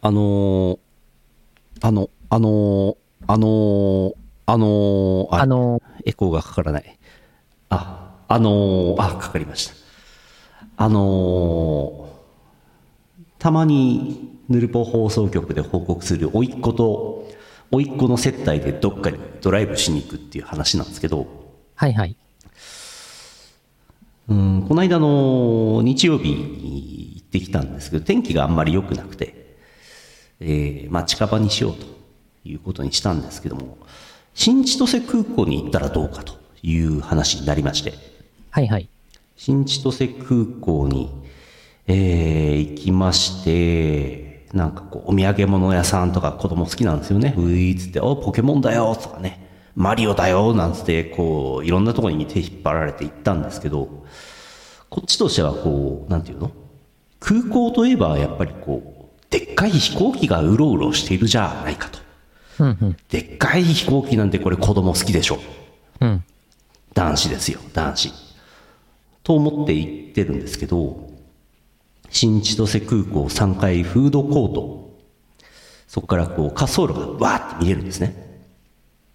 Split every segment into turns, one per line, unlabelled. あのーあの、あのーあのーあのーあ
あの、
エコーがかからない。あ、あのーあ、かかりました。あのーたまにヌルポ放送局で報告する甥っ子と、甥っ子の接待でどっかにドライブしに行くっていう話なんですけど、
はいはい。
うん、この間の日曜日に行ってきたんですけど、天気があんまり良くなくて、えーまあ近場にしようということにしたんですけども、新千歳空港に行ったらどうかという話になりまして、
はいはい。
新千歳空港に、えー行きまして、なんかこう、お土産物屋さんとか子供好きなんですよね。ういっつって、お、ポケモンだよとかね、マリオだよなんつって、こう、いろんなところに手引っ張られて行ったんですけど、こっちとしてはこう、なんていうの空港といえばやっぱりこう、でっかい飛行機がうろうろしているじゃないかと。
うんうん。
でっかい飛行機なんてこれ子供好きでしょ。
うん。
男子ですよ男子と思って行ってるんですけど新千歳空港3階フードコートそこからこう滑走路がわーって見えるんですね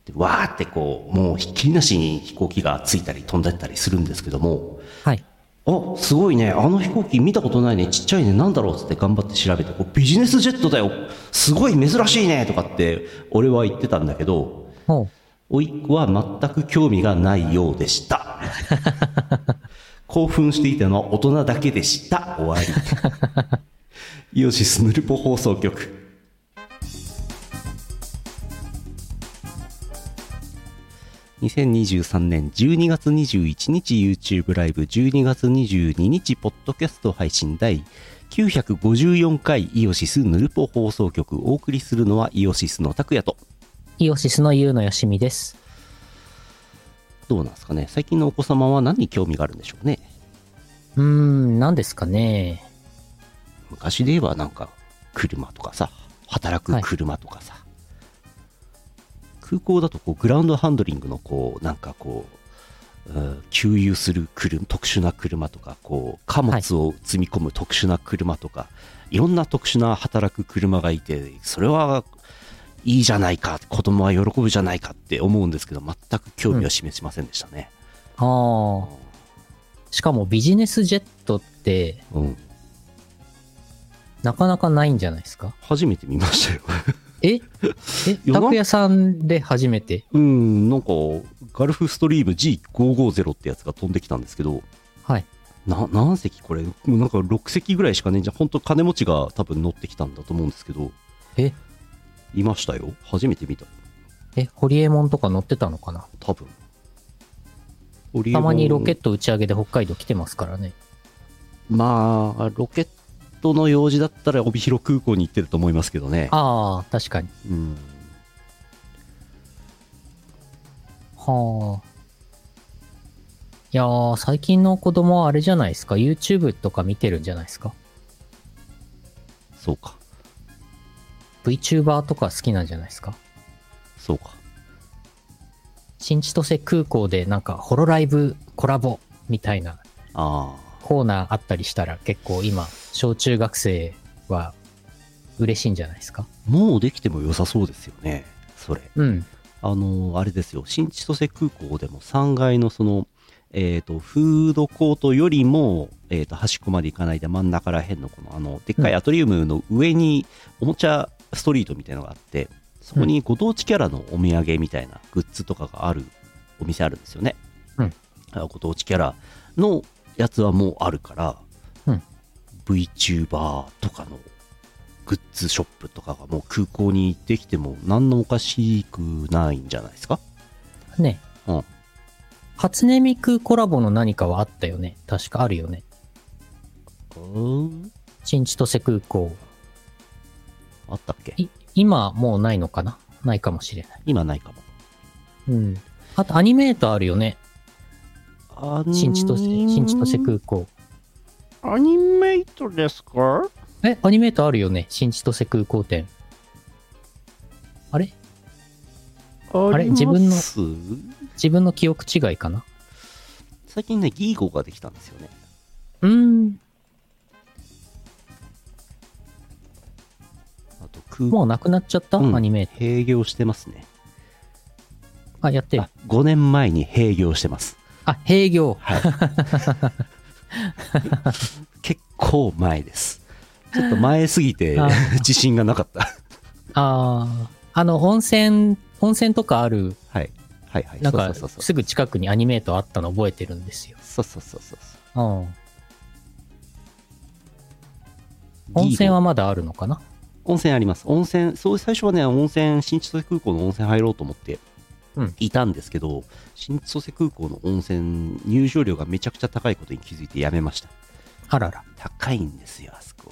でわーってこうもうひっきりなしに飛行機がついたり飛んだったりするんですけども
はい。
あすごいねあの飛行機見たことないねちっちゃいねなんだろうっつって頑張って調べてこうビジネスジェットだよすごい珍しいねとかって俺は言ってたんだけど
ほう。
甥っ子は全く興味がないようでした。興奮していたのは大人だけでした。終わり。イオシスヌルポ放送局。2023年12月21日 YouTube ライブ12月22日ポッドキャスト配信第954回イオシスヌルポ放送局お送りするのはイオシスの拓也と
イオシスのゆうのよしみです。
どうなんですかね最近のお子様は何に興味があるんでしょうね
うーん、何ですかね。
昔で言えばなんか車とかさ働く車とかさ、空港だとこうグラウンドハンドリングのこうなんかこう、うん給油する車特殊な車とかこう貨物を積み込む特殊な車とか、い、ろんな特殊な働く車がいてそれはいいじゃないか子供は喜ぶじゃないかって思うんですけど全く興味を示しませんでしたね、
ああ。しかもビジネスジェットって
うん、
なかなかないんじゃないですか
初めて見ましたよ
ええ
や
拓也さんで初めて
うん、なんか、ガルフストリーム G550 ってやつが飛んできたんですけど、
はい。
な何席これ、もうなんか6席ぐらいしかねえんじゃん、本当金持ちが多分乗ってきたんだと思うんですけど、
え
いましたよ、初めて見た、
え、ホリエモンとか乗ってたのかな
多分オリエモ
た
ン
まにロケット打ち上げで北海道来てますからね。
まあ、ロケットの用事だったら帯広空港に行ってると思いますけどね。
ああ、確かに。
うん
はあ。いやー、最近の子供はあれじゃないですか。YouTube とか見てるんじゃないですか。
そうか、
VTuber とか好きなんじゃないですか
そうか。
新千歳空港でなんかホロライブコラボみたいな
ああ。
コーナーあったりしたら結構今小中学生は嬉しいんじゃないですか
もうできても良さそうですよね、それ。
うん
あのあれですよ、新千歳空港でも3階のその、えー、とフードコートよりも、えー、と端っこまで行かないで真ん中らへんのこのあのでっかい
うん
アトリウムの上におもちゃストリートみたいなのがあって、そこにご当地キャラのお土産みたいなグッズとかがあるお店あるんですよね。
うん
あご当地キャラのやつはもうあるから、
うん
VTuber とかのグッズショップとかがもう空港にできても何のおかしくないんじゃないですか
ね
うん
初音ミクコラボの何かはあったよね確かあるよね
うん
新千歳空港
あったっけ
い今もうないのかなないかもしれない
今ないかも
うんあとアニメートあるよね
あ
新千歳新千歳空港
アニメイトですか
え、アニメートあるよね新千歳空港店。あれ
あ
れ自分の
の
自分の記憶違いかな
最近ねギーゴができたんですよね
うーん。
空
もうなくなっちゃった、
うん
アニメーター
閉業してますね
あ、やってる
あ。5年前に閉業してます
あ、閉業。
結構前ですちょっと前すぎて
あ
自信がなかった
ああ、あの、温泉、温泉とかある、
はいはいはい
なんか、
そうそうそうそう
すぐ近くにアニメートあったの覚えてるんですよ。
そうそうそうそうそう
うん。温泉はまだあるのかな
温泉あります温泉そう最初はね温泉新千歳空港の温泉入ろうと思って
うん
いたんですけど、新千歳空港の温泉入場料がめちゃくちゃ高いことに気づいてやめました
あらら。
高いんですよあそこ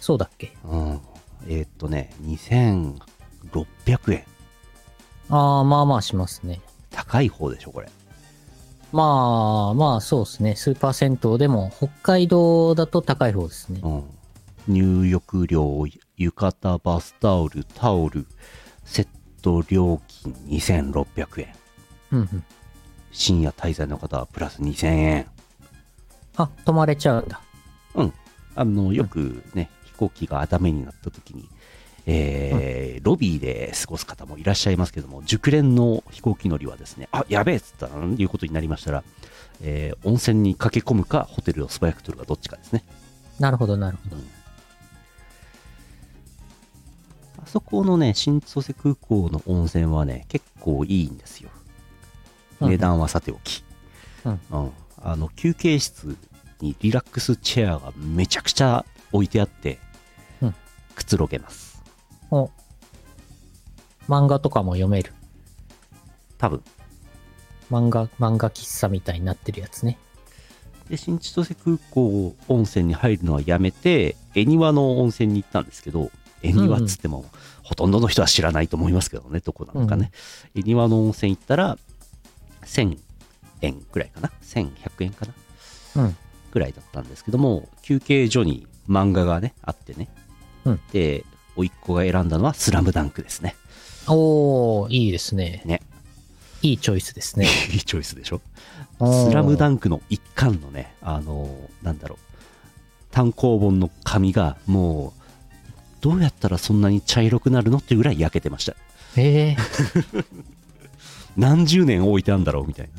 そうだっけ
うんえーっとね2600円
ああ、まあまあしますね。
高い方でしょこれ
まあまあそうですね。スーパー銭湯でも、北海道だと高い方ですね。
うん入浴料浴衣バスタオルタオルセット料金2600円
うんうん。
深夜滞在の方はプラス2000円
あ、泊まれちゃうんだ。
あのよくね、飛行機がダメになった時に、えーロビーで過ごす方もいらっしゃいますけども、熟練の飛行機乗りはですね、あやべえっつったら、なんていうことになりましたら、えー温泉に駆け込むか、ホテルを素早く取るか、どっちかですね。
なるほど、なるほど。
あそこのね、新千歳空港の温泉はね、結構いいんですよ。
うん
値段はさておき。
うん
うんあの休憩室にリラックスチェアがめちゃくちゃ置いてあって、
うん
くつろげます。
お漫画とかも読める。
多分
漫画、漫画喫茶みたいになってるやつね。
で新千歳空港温泉に入るのはやめて恵庭の温泉に行ったんですけど恵庭っつっても、ほとんどの人は知らないと思いますけどねどこなのかね恵庭、の温泉行ったら1000円くらいかな1100円かな
うん。
ぐらいだったんですけども休憩所に漫画がねあってね、
うん
で甥っ子が選んだのは「スラムダンクですね
おー、いいですね。
ね
いいチョイスですね。
いいチョイスでしょ「
おー
スラムダンクの一巻のねあのなんだろう単行本の紙がもうどうやったらそんなに茶色くなるのっていうぐらい焼けてました
ええ
何十年置いてあるんだろうみたい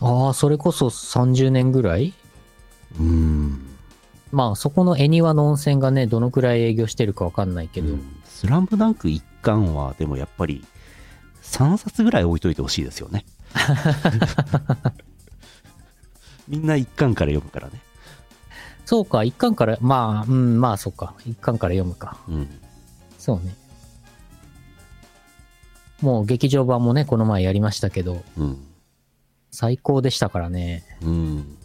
な
ああ、それこそ30年ぐらいう
ーん
まあ、そこの恵庭の温泉がね、どのくらい営業してるかわかんないけど、
うんスラムダンク一巻はでもやっぱり3冊ぐらい置いといてほしいですよねみんな一巻から読むからね、
そうか、一巻から、まあ、うん、まあ、そうか、一巻から読むか。
うん、
そうね。もう劇場版もね、この前やりましたけど、
うん
最高でしたからね。
うん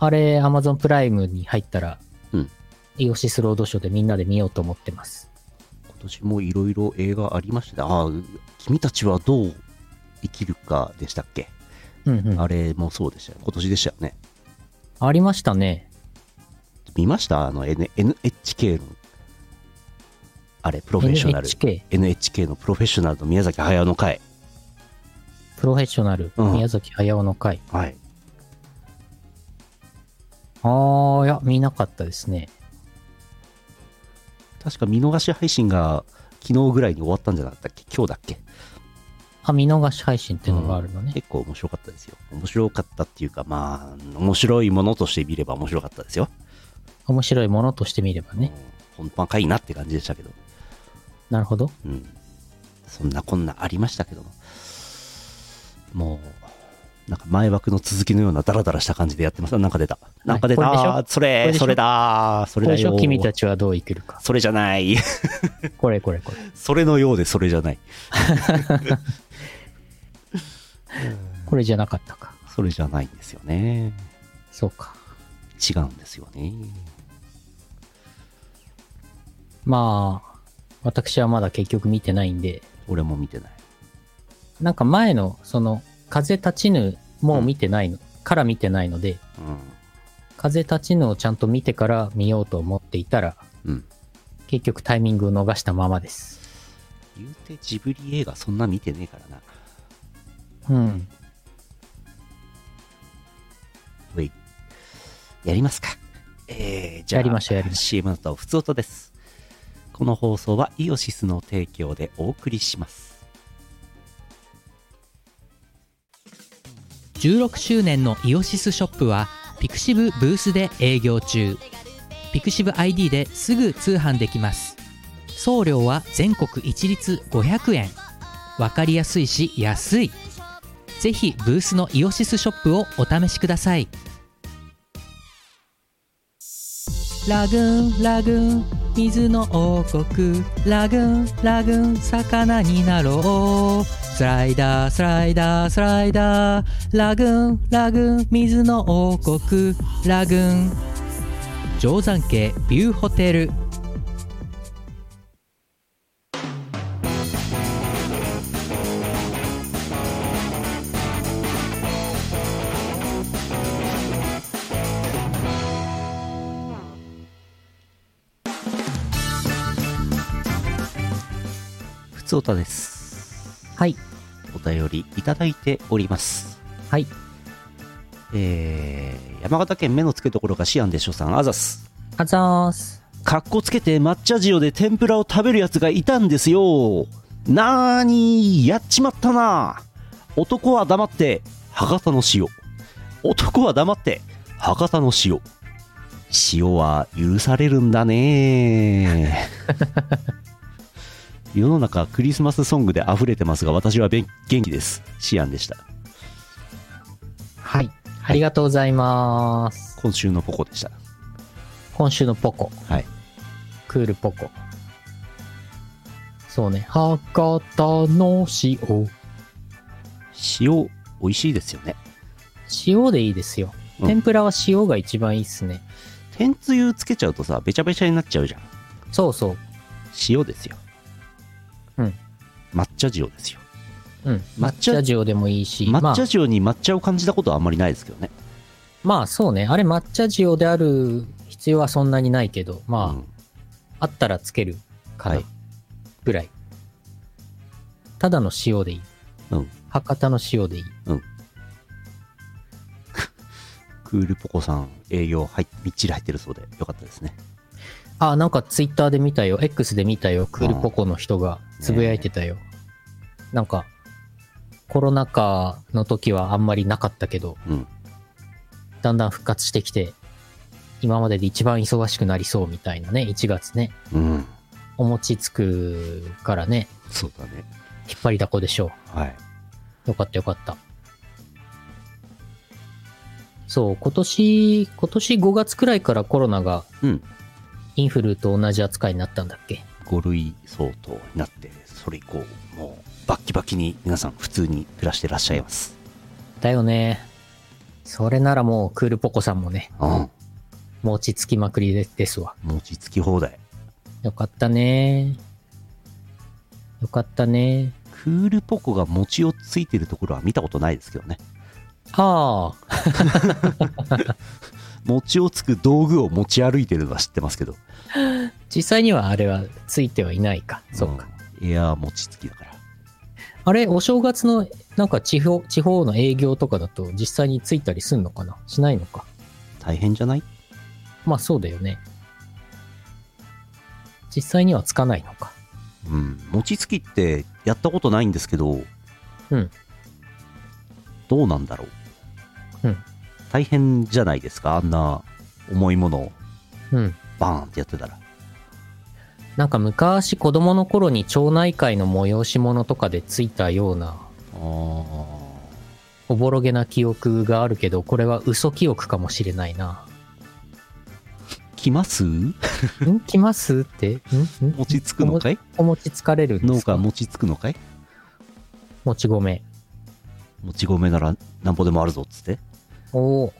あれ、Amazon プライムに入ったら、
うん
イオシスロードショーでみんなで見ようと思ってます。
今年もいろいろ映画ありましたねああ君たちはどう生きるかでしたっけ、
うんうん。あ
あれもそうでしたよ今年でしたよね
りましたね。
見ましたあの、N、NHK のあれプロフェッショナル
NHK、
NHK のプロフェッショナルの宮崎駿の回
プロフェッショナル、
うん
宮崎駿の会。
はい
ああ、いや、見なかったですね。
確か見逃し配信が昨日ぐらいに終わったんじゃなかったっけ今日だっけ
あ、見逃し配信っていうのがあるのね。
結構面白かったですよ面白かったっていうかまあ面白いものとして見れば面白かったですよ、
面白いものとして見ればね。
うん、本番かいなって感じでしたけど
なるほど。
うん、そんなこんなありましたけども、もう、なんか前枠の続きのようなダラダラした感じでやってます。なんか出た。なんか出た。
これでしょ
あーそ
これ
れ、
でしょ
それだ。それ
こ
だ
れでし
よ
ょ。君たちはどう生きるか。
それじゃない。
これこれこれ。
それのようでそれじゃない。
これじゃなかったか。
それじゃないんですよね。
そうか。
違うんですよね。
まあ、私はまだ結局見てないんで、
俺も見てない。
なんか前の、その、風立ちぬもう見てないの、から見てないので、風立ちぬをちゃんと見てから見ようと思っていたら、
うん。うん。
結局タイミングを逃したままです。
言うてジブリ映画そんな見てねえからな。
うん。
ほい。やりますか。えー、じゃあ、
やりましょうやりましょう
CM の後、普通音です。この放送はイオシスの提供でお送りします
16周年のイオシスショップはピクシブブースで営業中ピクシブ ID ですぐ通販できます送料は全国一律500円わかりやすいし安いぜひブースのイオシスショップをお試しくださいラグーンラグーン水の王国ラグーンラグーン魚になろうスライダースライダースライダーラグーンラグーン水の王国ラグーン定山渓ビューホテル
ふつおたです
はい。
お便りいただいております
はい。
えー、山形県目の付けどころがシアンでしょさんあざす
あざーす。
かっこつけて抹茶塩で天ぷらを食べるやつがいたんですよなーにやっちまったな男は黙って博多の塩男は黙って博多の塩塩は許されるんだね世の中クリスマスソングで溢れてますが私はべん元気ですシアンでした
はい。ありがとうございます。
今週のポコでした
今週のポコ。
はい
クールポコ。そうね。博多の塩。
塩美味しいですよね
塩でいいですよ。
うん
天ぷらは塩が一番いいっすね。
天つゆつけちゃうとさべちゃべちゃになっちゃうじゃん
そうそう。
塩ですよ
うん
抹茶塩ですよ
うん。
抹
抹
茶
茶塩でもいいし。ま
抹
あ
茶、塩に抹茶を感じたことはあんまりないですけどね
まあそうね。あれ抹茶塩である必要はそんなにないけど、まあ、
うん
あったらつけるか
は
ないぐらい。ただの塩でいい。
うん
博多の塩でいい。
クールポコさん営業はいみっちり入ってるそうでよかったですね
あ、なんかツイッターで見たよ。X で見たよ。クールポコの人がつぶやいてたよ。なんか、コロナ禍の時はあんまりなかったけど、
うん
だんだん復活してきて、今までで一番忙しくなりそうみたいなね、1月ね。
うん
お餅つくからね、
そうだね
引っ張りだこでしょ
はい、
う。よかったよかった。そう、今年、今年5月くらいからコロナが
うん、
インフルと同じ扱いになったんだっけ
5類相当になってそれ以降もうバッキバキに皆さん普通に暮らしてらっしゃいます
だよね。それならもうクールポコさんもね、
うん
餅つきまくりでですわ。
餅つき放題
よかったね。よかったね。
クールポコが餅をついてるところは見たことないですけどね
ああ、
餅をつく道具を持ち歩いてるのは知ってますけど
実際にはあれはついてはいないか。そうか。
うん。エアー餅つきだから。
あれ、お正月のなんか地方、地方の営業とかだと実際についたりすんのかなしないのか。
大変じゃない
まあそうだよね。実際にはつかないのか。
うん。餅つきってやったことないんですけど、
うん。
どうなんだろう。
うん
大変じゃないですかあんな重いものを
うん。
バーンってやってたら。
なんか昔子供の頃に町内会の催し物とかでついたようなおぼろげな記憶があるけど、これは嘘記憶かもしれな いな。
来ます
ん来ますってんん
餅つくのかい
お餅疲れるんで
農
す
家
か
餅つくのかい
もち米。
もち米ならなんぼでもあるぞっつって。
おお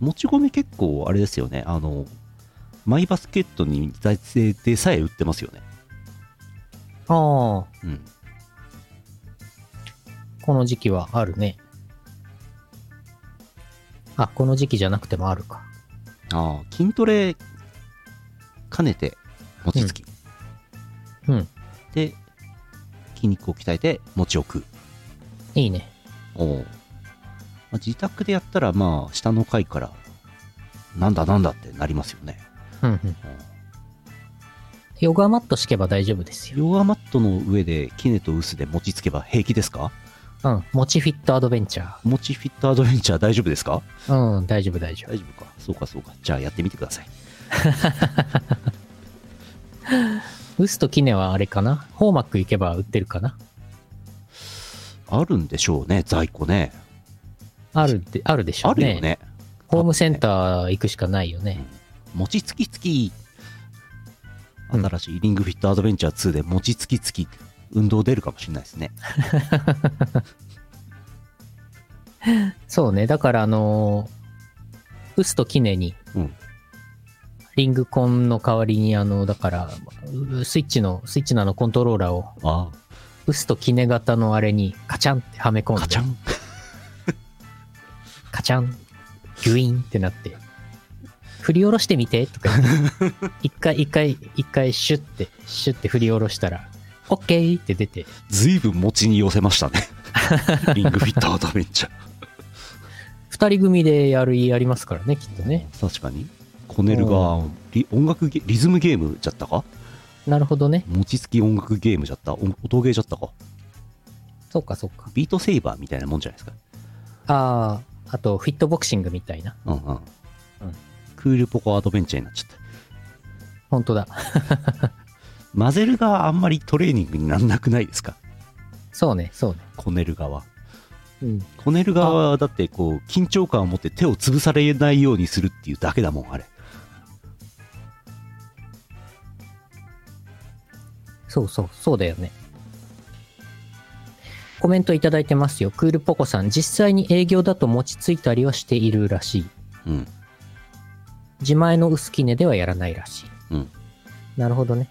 もち米結構あれですよね。あの、マイバスケットに在生でさえ売ってますよね。
ー。ああ、
うん。
この時期はあるね。あ、この時期じゃなくてもあるか。
ああ、筋トレ兼ねて餅つき。
うんうん
で、筋肉を鍛えて餅を食う。
いいね。
おまあ、自宅でやったら、まあ、下の階から、なんだなんだってなりますよね。
うんうん。
うん
ヨガマット敷けば大丈夫ですよ。
ヨガマットの上でキネとウスで持ちつけば平気ですか
うん。モチフィットアドベンチャ
持ちフィットアドベンチャー大丈夫ですか
ー。うん、大丈夫大丈夫。
大丈夫かそうかそうかじゃあやってみてください
ウスとキネはあれかなホーマック行けば売ってるかな
あるんでしょうね在庫ね
あるで、あるでしょ
あ
う
る
ね。
よね
ホームセンター行くしかないよね。
餅つきつき
うん
新しいリングフィットアドベンチャー2で餅つきつき運動出るかもしれないですね
そうね。だから、あのーウスとキネに、
うん
リングコンの代わりに、あの、だから、うスイッチの、スイッチのあのコントローラーを、
あ
ウスとキネ型のあれに、カチャンってはめ込ん
あカ
で、
チャン
カチャン、ギュインってなって、振り下ろしてみて、とか言って 一回、一回、一回、シュッて、シュッて振り下ろしたら、オッケーって出て、
ずいぶん餅に寄せました ねリングフィットアドベンチャー
二人組でやる、やりますからね、きっとね。
確かにコネルがリ音楽ゲリズムゲームじゃったか
なるほどね。
餅つき音楽ゲームじゃった音音ゲーじゃったか
そうか、そうか。
ビートセイバーみたいなもんじゃないですか
ああ、あと、フィットボクシングみたいな。
うんうん、
うん
クールポコアドベンチャーになっちゃった
本当だ。
混ぜる側あんまりトレーニングになんなくないですか
そうね、そうね。
こねる側
うん。
こねる側はだってこう緊張感を持って手を潰されないようにするっていうだけだもんあれ
そうそう、そうだよね。コメントいただいてますよ。クールポコさん、実際に営業だと持ちついたりはしているらしい。
うん
自前の薄き根ではやらないらしい。
うん
なるほどね。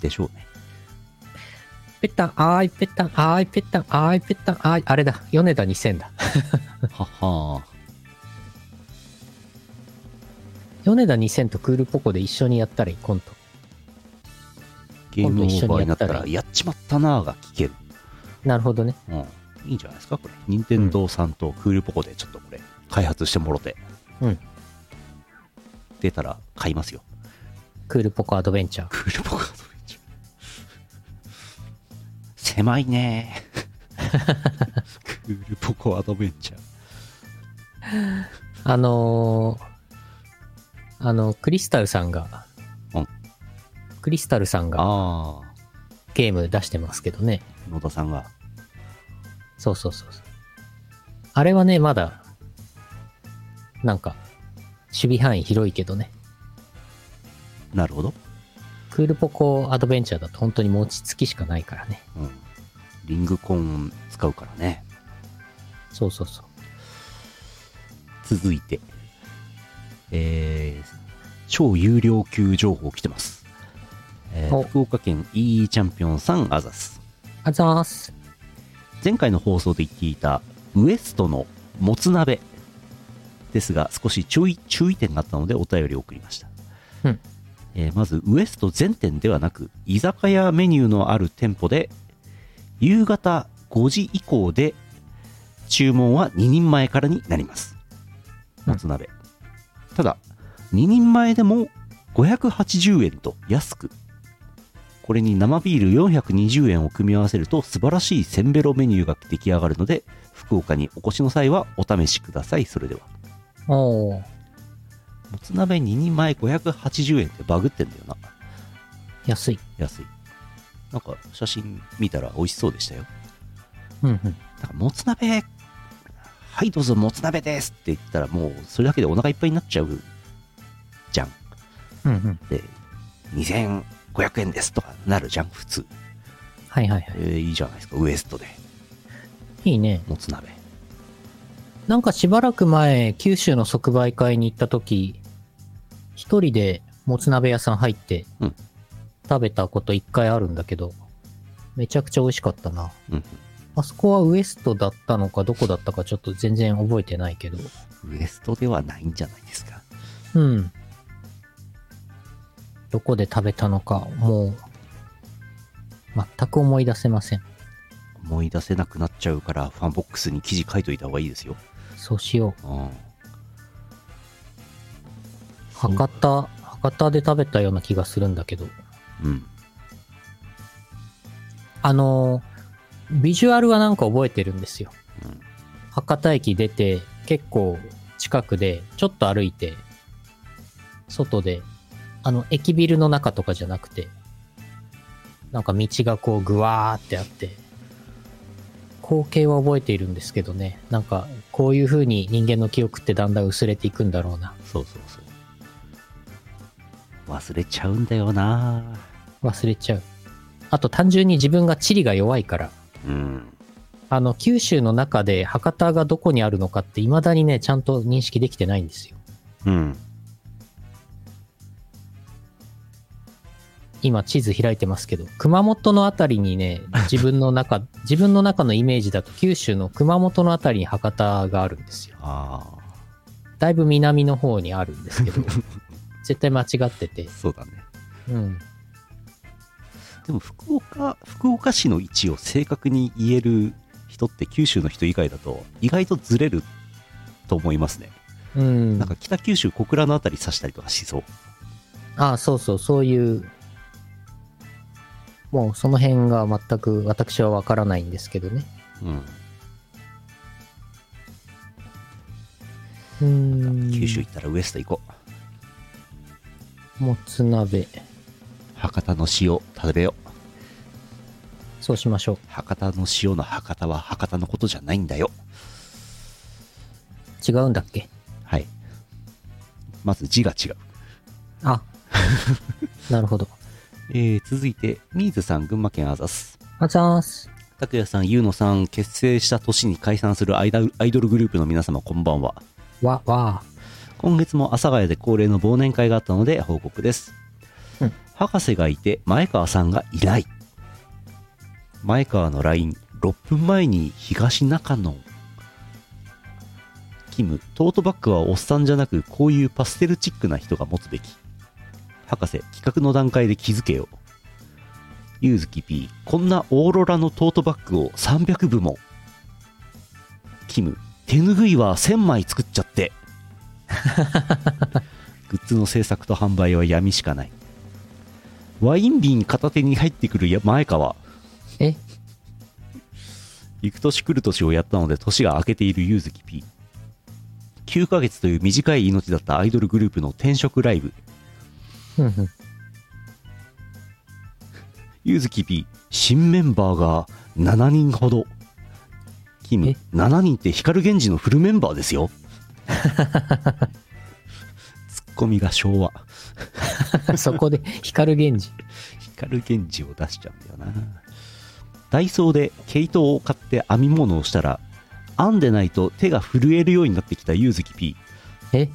でしょ うね
ぺったん、あーい、ぺったん、あーい、ぺったん、あーい、ぺったん、あーい。あれだ、米田2000だ。
はは
米田2000とクールポコで一緒にやったらいい、コント。
ゲームオーバーになった
今度一緒にやった
ら
ら
やっちまったなーが聞ける、
なるほどね。
うん、いいんじゃないですかこれ任天堂さんとクールポコでちょっとこれ開発してもろて
うん
出たら買いますよ
クールポコアドベンチャー。
クールポコアドベンチャー狭いね クールポコアドベンチャー
あのー、あの、クリスタルさんが、
うん
クリスタルさんが
ああ
ゲーム出してますけどね。
野田さんが
そうそうそうそう。あれはね、まだ、なんか、守備範囲広いけどね。
なるほど、
クールポコアドベンチャーだと本当に餅つきしかないからね。
うん、リングコン使うからね
そうそうそう。
続いてえー、超有料級情報来てます、えー
お
福岡県 EE チャンピオンさんアザス
あざーす。
前回の放送で言っていたウエストのもつ鍋ですが少し注意注意点があったのでお便りを送りました、
うん
えーまずウエスト全店ではなく居酒屋メニューのある店舗で夕方5時以降で注文は2人前からになります
うん
もつ鍋、ただ2人前でも580円と安くこれに生ビール420円を組み合わせると素晴らしいせんべろメニューが出来上がるので福岡にお越しの際はお試しくださいそれでは
おー、
もつ鍋2人前580円ってバグってんだよな
安い。
安いなんか写真見たら美味しそうでしたよ
うんうん。
なんかもつ鍋はいどうぞもつ鍋ですって言ったらもうそれだけでお腹いっぱいになっちゃうじゃん
うんうん。
で2500円ですとかなるじゃん普通、
はいはいは
えーいいじゃないですかウエストで
い。いいね。
もつ鍋
なんかしばらく前、九州の即売会に行った時、一人でもつ鍋屋さん入って
うん、
食べたこと一回あるんだけど、めちゃくちゃ美味しかったな。
うん
あそこはウエストだったのかどこだったかちょっと全然覚えてないけど。
ウエストではないんじゃないですか
うん。どこで食べたのか、もう、全く思い出せません。
思い出せなくなっちゃうからファンボックスに記事書いといた方がいいですよ、
そうしよう。
うん、
博多、博多で食べたような気がするんだけど。
うん。
あのービジュアルはなんか覚えてるんですよ。
うん
博多駅出て、結構近くで、ちょっと歩いて、外で、あの、駅ビルの中とかじゃなくて、なんか道がこうぐわーってあって、光景は覚えているんですけどね、なんかこういう風に人間の記憶ってだんだん薄れていくんだろうな。
そうそうそう。忘れちゃうんだよな
忘れちゃう。あと単純に自分が地理が弱いから、
うん。
あの、九州の中で博多がどこにあるのかって、未だにね、ちゃんと認識できてないんですよ。
うん。
今、地図開いてますけど、熊本のあたり にね、自分の中、自分の中のイメージだと、九州の熊本のあたりに博多があるんですよ。
あ
だいぶ南の方にあるんですけ ど、絶対間違ってて
あ、。そうだね。
うん。
でも福岡、福岡市の位置を正確に言える人って九州の人以外だと意外とずれると思いますね。
うん
なん。か北九州小倉のあたり刺したりとかしそう。
ああ、そうそう、そういう、もうその辺が全く私はわからないんですけどね。
うん、
うーん。
九州行ったらウエスト行こう。
もつ鍋。
博多の塩食べよう。
そうしましょう。
博多の塩の博多は博多のことじゃないんだよ。
違うんだっけ
はい。まず字が違う。
あなるほど。
えー、続いて、ミーズさん、群馬県アザス。
あざーす。
拓也さん、ゆうのさん、結成した年に解散するアイドルアイドルグループの皆様、こんばんは。
わ、わ
今月も阿佐ヶ谷で恒例の忘年会があったので報告です、
うん
博士がいて前川さんがいない前川の LINE6 分前に東中野キムトートバッグはおっさんじゃなくこういうパステルチックな人が持つべき博士企画の段階で気づけよゆうずき P こんなオーロラのトートバッグを300部もキム手ぬぐいは1000枚作っちゃってグッズの制作と販売は闇しかないワイン瓶片手に入ってくるや前川
ー。え
行く年来る年をやったので年が明けている柚月 P 9ヶ月という短い命だったアイドルグループの転職ライブ
ふんふん。
柚月 P 新メンバーが7人ほどキム
え
7人って光源氏のフルメンバーですよツッコミが昭和
そこで、光源氏。
光源氏を出しちゃうんだよなダイソーで毛糸を買って編み物をしたら編んでないと手が震えるようになってきた柚月 P
え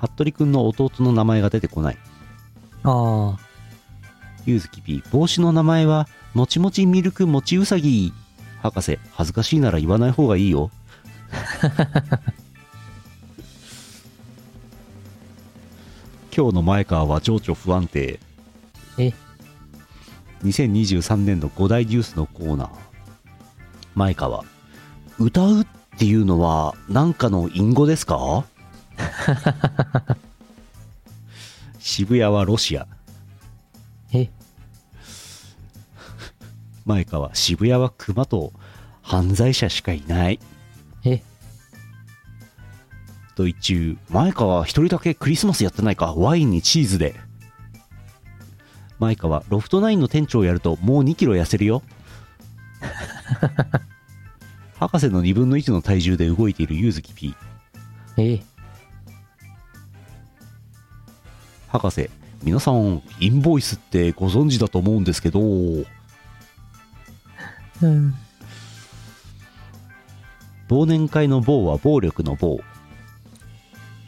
服部君の弟の名前が出てこない
あ
柚月 P 帽子の名前はもちもちミルクもちうさぎ博士恥ずかしいなら言わない方がいいよ今日の前川は情緒不安定
ー。え
2023年度5大ニュースのコーナー前川歌うっていうのは何かの隠語ですか渋谷はロシア
え
前川渋谷は熊と犯罪者しかいない
え
と一中前川一人だけクリスマスやってないかワインにチーズで前川ロフトナインの店長をやるともう2キロ痩せるよ博士の2分の1の体重で動いている柚月 P
え
博士皆さんインボイスってご存知だと思うんですけど
うん。
忘年会の某は暴力の某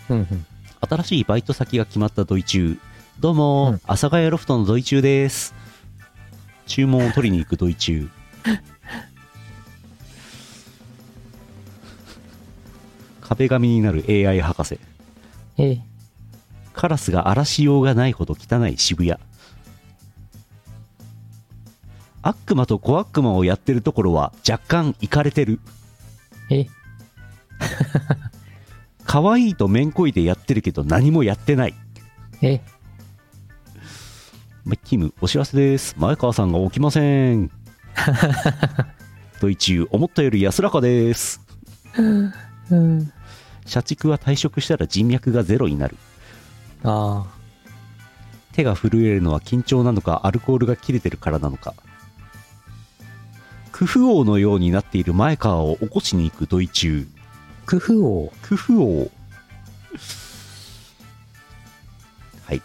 ふんふん。
新しいバイト先が決まったドイ中どうも、
うん
阿佐ヶ谷ロフトのドイ中です注文を取りに行くドイ中壁紙になる AI 博士
えー。
カラスが荒らしようがないほど汚い渋谷悪魔と小悪魔をやってるところは若干イかれてる
え
可愛いとめんこいでやってるけど何もやってない
え
マイキムお知らせです前川さんが起きませんドイチュー思ったより安らかです
うん。
社畜は退職したら人脈がゼロになる
あ
手が震えるのは緊張なのかアルコールが切れてるからなのかクフ王のようになっている前川を起こしに行くドイチュー
あ、工夫王。
クフ王はい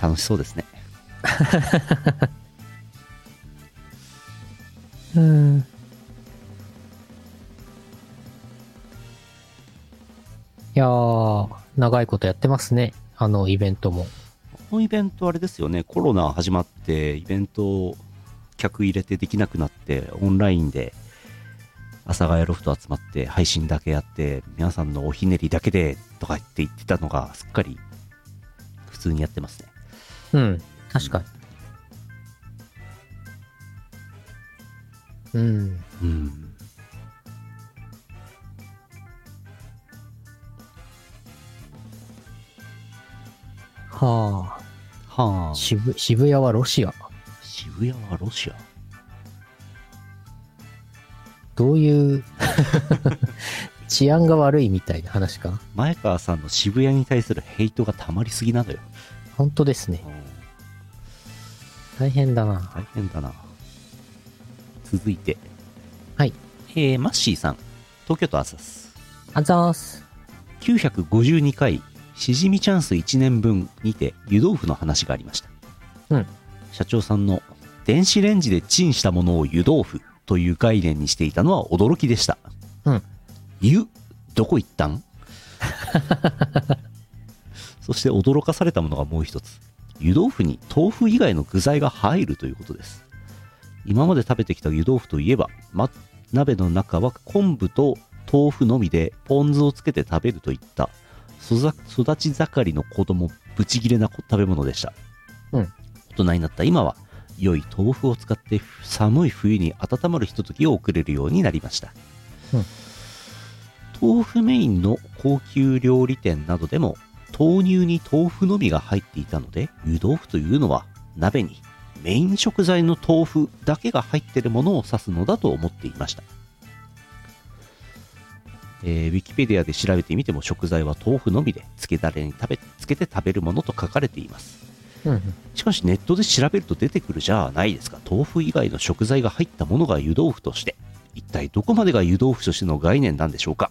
楽しそうですね
うん。いやー、長いことやってますね。あのイベントも。
このイベントあれですよねコロナ始まってイベント客入れてできなくなってオンラインで阿佐ヶ谷ロフト集まって配信だけやって皆さんのおひねりだけでとか言って言ってたのがすっかり普通にやってますね
うん、確かに。うん。
うん
は
は
あ、
あ
渋渋谷はロシア。
渋谷はロシア
どういう 治安が悪いみたいな話かな。
前川さんの渋谷に対するヘイトがたまりすぎなのよ
本当ですね。大変だな。
大変だな続いて
はい
えー、マッシーさん東京都アサス
あざーす。
952回しじみチャンス1年分にて湯豆腐の話がありました、
うん
社長さんの電子レンジでチンしたものを湯豆腐という概念にしていたのは驚きでした、
うん
湯どこ行った んそして驚かされたものがもう一つ湯豆腐に豆腐以外の具材が入るということです今まで食べてきた湯豆腐といえば、ま、鍋の中は昆布と豆腐のみでポン酢をつけて食べるといったそざ育ち盛りの子供ブチギレな食べ物でした、
うん
大人になった今は良い豆腐を使って寒い冬に温まるひとときを送れるようになりました、
うん
豆腐メインの高級料理店などでも豆乳に豆腐のみが入っていたので湯豆腐というのは鍋にメイン食材の豆腐だけが入ってるものを指すのだと思っていましたえーウィキペディアで調べてみても食材は豆腐のみでつけだれに食べつけて食べるものと書かれています
うんうん。
しかしネットで調べると出てくるじゃないですか豆腐以外の食材が入ったものが湯豆腐として一体どこまでが湯豆腐としての概念なんでしょうか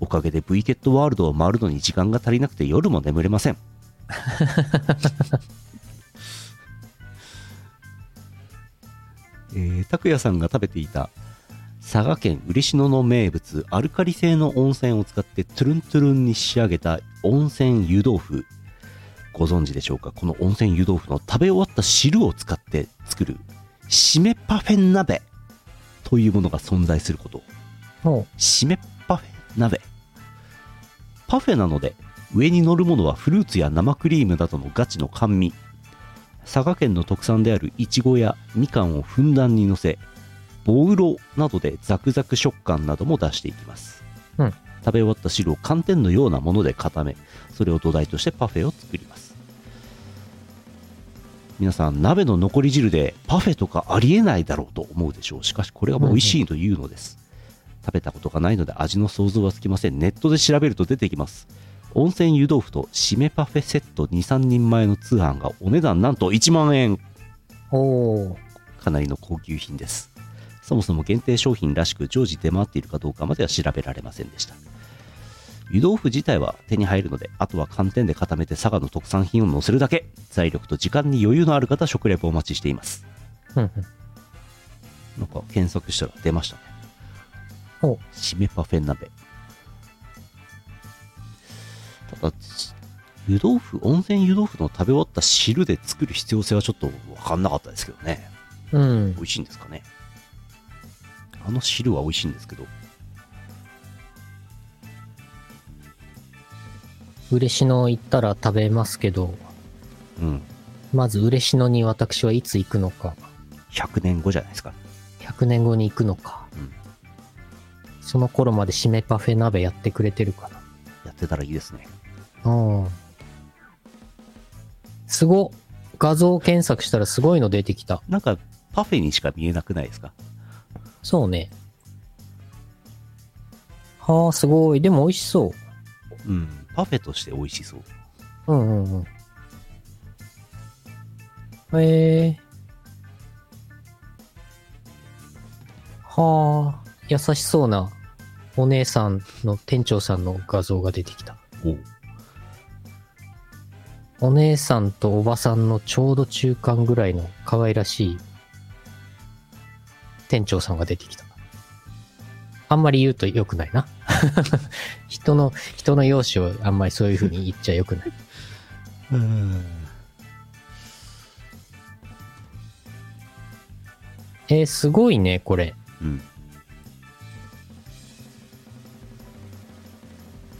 おかげで V ケットワールドを回るのに時間が足りなくて夜も眠れませんえー拓也さんが食べていた佐賀県嬉野の名物アルカリ性の温泉を使ってトゥルントゥルンに仕上げた温泉湯豆腐ご存知でしょうかこの温泉湯豆腐の食べ終わった汁を使って作る締めパフェ鍋というものが存在すること
ほ
締めパフェ鍋パフェなので上に乗るものはフルーツや生クリームなどのガチの甘味佐賀県の特産であるいちごやみかんをふんだんにのせボウロなどでザクザク食感なども出していきます、
うん
食べ終わった汁を寒天のようなもので固めそれを土台としてパフェを作ります皆さん鍋の残り汁でパフェとかありえないだろうと思うでしょうしかしこれがもう美味しいというのです、食べたことがないので味の想像はつきませんネットで調べると出てきます温泉湯豆腐と締めパフェセット23人前の通販がお値段なんと1万円
う。おー。
かなりの高級品ですそもそも限定商品らしく常時出回っているかどうかまでは調べられませんでした湯豆腐自体は手に入るのであとは寒天で固めて佐賀の特産品を乗せるだけ財力と時間に余裕のある方食レポお待ちしています
うんうん。
なんか検索したら出ましたね
ほう。
締めパフェ鍋ただ湯豆腐温泉湯豆腐の食べ終わった汁で作る必要性はちょっと分かんなかったですけどね
うん
美。味しいんですかねあの汁は美味しいんですけど
嬉野行ったら食べますけど、
うん
まず嬉野に私はいつ行くのか、
100年後じゃないですか
100年後に行くのか、
うん
その頃まで締めパフェ鍋やってくれてるか
やってたらいいですね
な。うん。すごっ画像検索したらすごいの出てきた。
なんかパフェにしか見えなくないですか
そうね。はあ、すごい。でも美味しそ
うんパフェとして美味しそう
う。うんうんうん。へえ。はあ、優しそうなお姉さんの店長さんの画像が出てきた。
おう
お姉さんとおばさんのちょうど中間ぐらいの可愛らしい店長さんが出てきた。あんまり言うと良くない な。人の、人の容姿をあんまりそういう風に言っちゃ良くない。
うん
えーすごいね、これ。
うん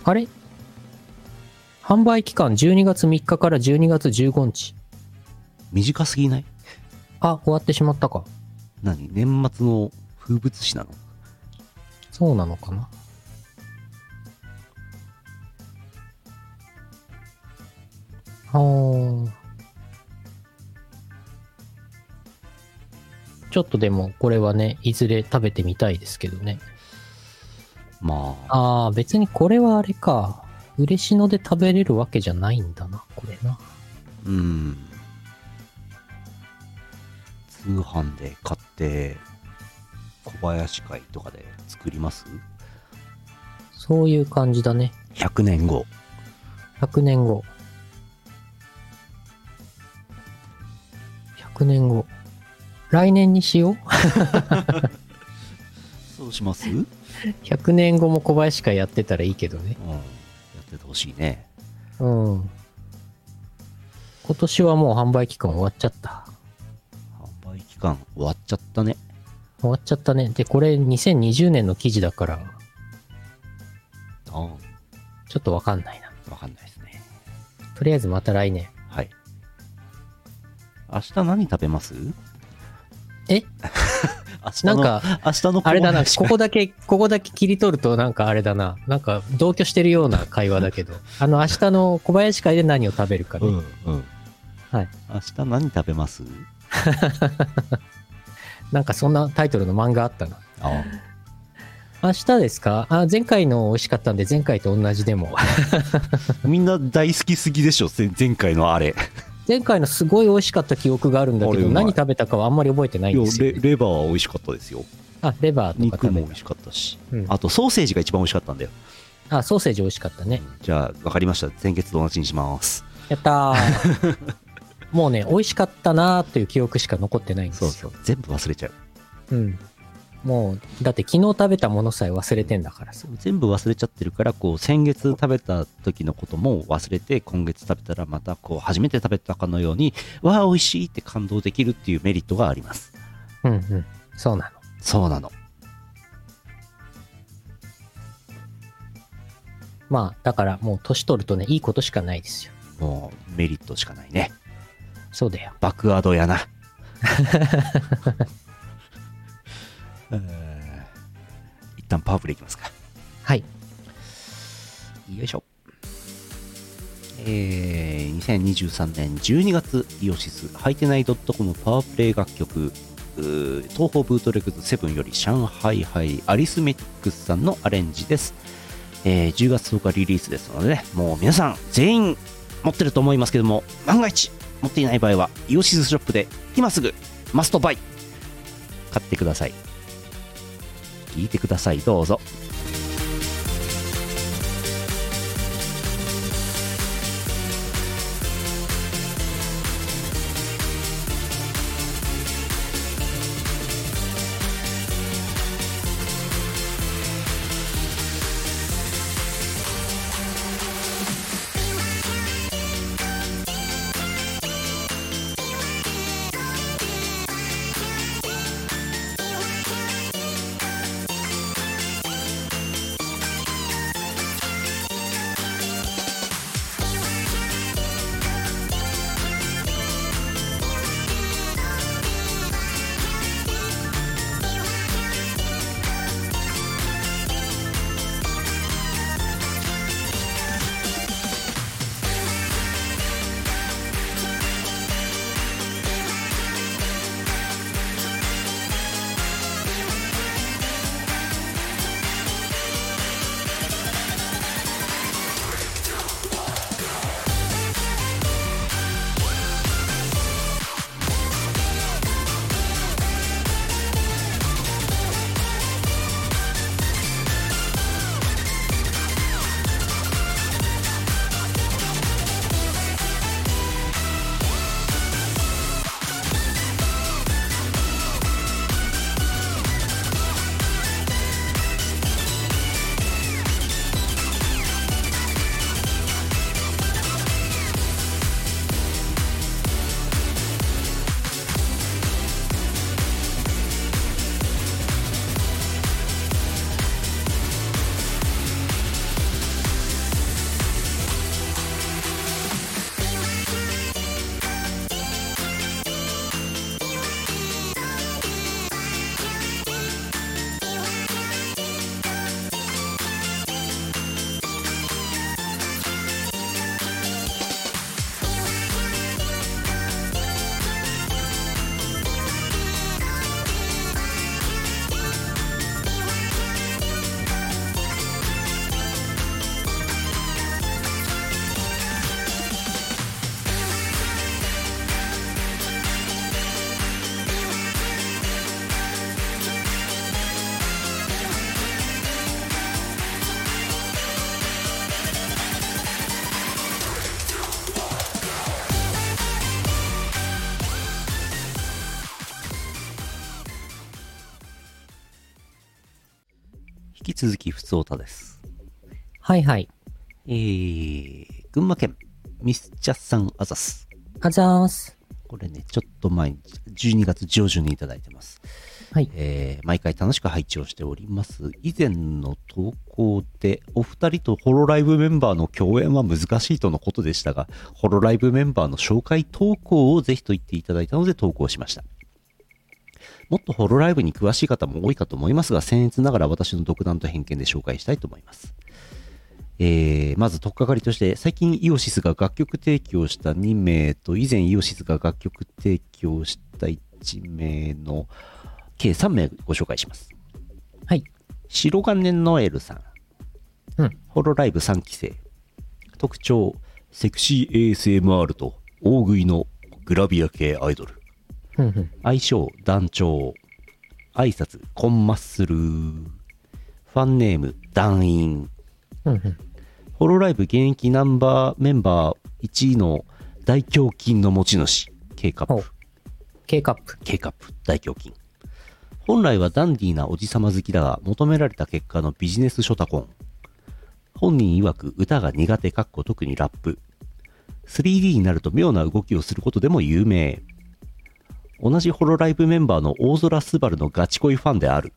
あれ販売期間12月3日から12月15日。
短すぎない
あ、終わってしまったか。
何年末の風物詩なの
そうなのかな。あーちょっとでもこれはね、いずれ食べてみたいですけどね。
まあ
ああ、別にこれはあれか。嬉野で食べれるわけじゃないんだな、これな。
うん通販で買って小林会とかで作ります
そういう感じだね。
100年後
100年後。100年後。来年にしよう。
そうします、うん、や
100年後も小林会やってたらいいけどね。
っててほしいね
うん。今年はもう販売期間終わっちゃった。
販売期間終わっちゃったね
終わっちゃったね。で、これ2020年の記事だから、
あん
ちょっとわかんないな。
わかんないですね
とりあえずまた来年。
はい明日何食べます
え
明日
な
の
んか、
明日の
あれだな、
小林会
ここだけ、ここだけ切り取るとなんかあれだな、なんか同居してるような会話だ けど、あの、明日の小林会で何を食べるかね。
うんうん
はい
明日何食べます
なんかそんなタイトルの漫画あったな。
あ
明日ですかあ、前回の美味しかったんで、前回と同じでも。
みんな大好きすぎでしょ前前回のあれ
前回のすごい美味しかった記憶があるんだけ
あれう
ど、
まい
何食べたかはあんまり覚えてないんです
レ
よ、ね。
レバーは美味しかったですよ
あ、レバーとか
肉
食
も
べ
美
た
味しかったし、
うん
あとソーセージが一番美味しかったんだよ
あ、ソーセージ美味しかったね。
じゃあ分かりました前月と同じにします
やったー。 もうね、美味しかったなーという記憶しか残ってないんです
そ
よ。
うそう全部忘れちゃう
うん。もう、だって昨日食べたものさえ忘れてんだからさ。
全部忘れちゃってるからこう先月食べた時のことも忘れて今月食べたらまたこう初めて食べたかのようにわあ美味しいって感動できるっていうメリットがあります
うんうん。そうなの。
そうなの
まあ、だからもう年取るとね、いいことしかないですよ。
もうメリットしかないね
そうだよ。
爆アドや なえー一旦パワープレイいきますか
はい。
よいしょ。えー、2023年12月、イオシス、ハイテナイ .com パワープレイ楽曲、うー東方ブートレックズ7より上海ハイアリスメックスさんのアレンジです。えー10月10日リリースですのでね、もう皆さん全員持ってると思いますけども、万が一持っていない場合は、イオシスショップで今すぐマストバイ買ってください。聞いてください、どうぞ。
「
き続き、ふつおたです。
はいはい。
えー、群馬県、ミスチャさんあざす。
あざーす。
これね、ちょっと前に、12月上旬にいただいてます。
はい
えー毎回楽しく配置をしております。以前の投稿で、お二人とホロライブメンバーの共演は難しいとのことでしたが、ホロライブメンバーの紹介投稿をぜひと言っていただいたので投稿しました。もっとホロライブに詳しい方も多いかと思いますが、僭越ながら私の独断と偏見で紹介したいと思います。えーまず、とっかかりとして、最近イオシスが楽曲提供した2名と、以前イオシスが楽曲提供した1名の計3名ご紹介します。
はい。
白金ノエルさん、
うん。
ホロライブ3期生、特徴、セクシー ASMR と大食いのグラビア系アイドル。
ふんふん。
愛称団長挨拶コンマッスルーファンネーム団員
ふんふん。
ホロライブ現役ナンバーメンバー1位の大胸筋の持ち主 K カッ
ほう
プ。
K カップ。
K カップ大胸筋本来はダンディーなおじさま好きだが求められた結果のビジネスショタコン本人曰く歌が苦手かっこ特にラップ 3D になると妙な動きをすることでも有名同じホロライブメンバーの大空すばるのガチ恋ファンである、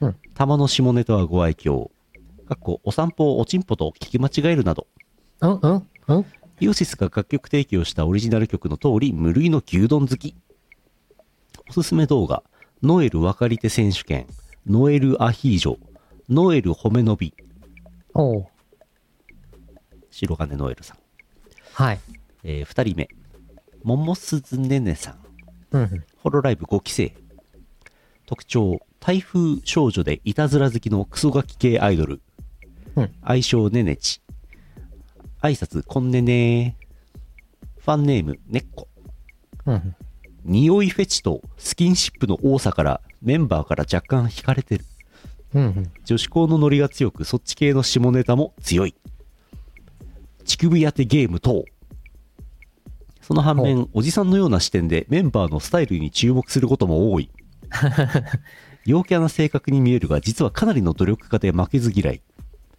うん
玉の下ネタはご愛嬌かっこお散歩をおちんぽと聞き間違えるなど
うんうんうん
イオシスが楽曲提供したオリジナル曲の通り、無類の牛丼好き。おすすめ動画、ノエル分かり手選手権、ノエルアヒージョ、ノエル褒め伸び、
おう。
白金ノエルさん。
はい。
えー、二人目、桃鈴ねねさん。
うんふん。
ホロライブ5期生。特徴、台風少女でいたずら好きのクソガキ系アイドル。
うん
愛称ねねち。挨拶、こんねねファンネーム、ねっこ。
うんふん。
匂いフェチとスキンシップの多さからメンバーから若干惹かれてる
うんふん。
女子校のノリが強くそっち系の下ネタも強い乳首当てゲーム等その反面おじさんのような視点でメンバーのスタイルに注目することも 多い陽キャな性格に見えるが実はかなりの努力家で負けず嫌い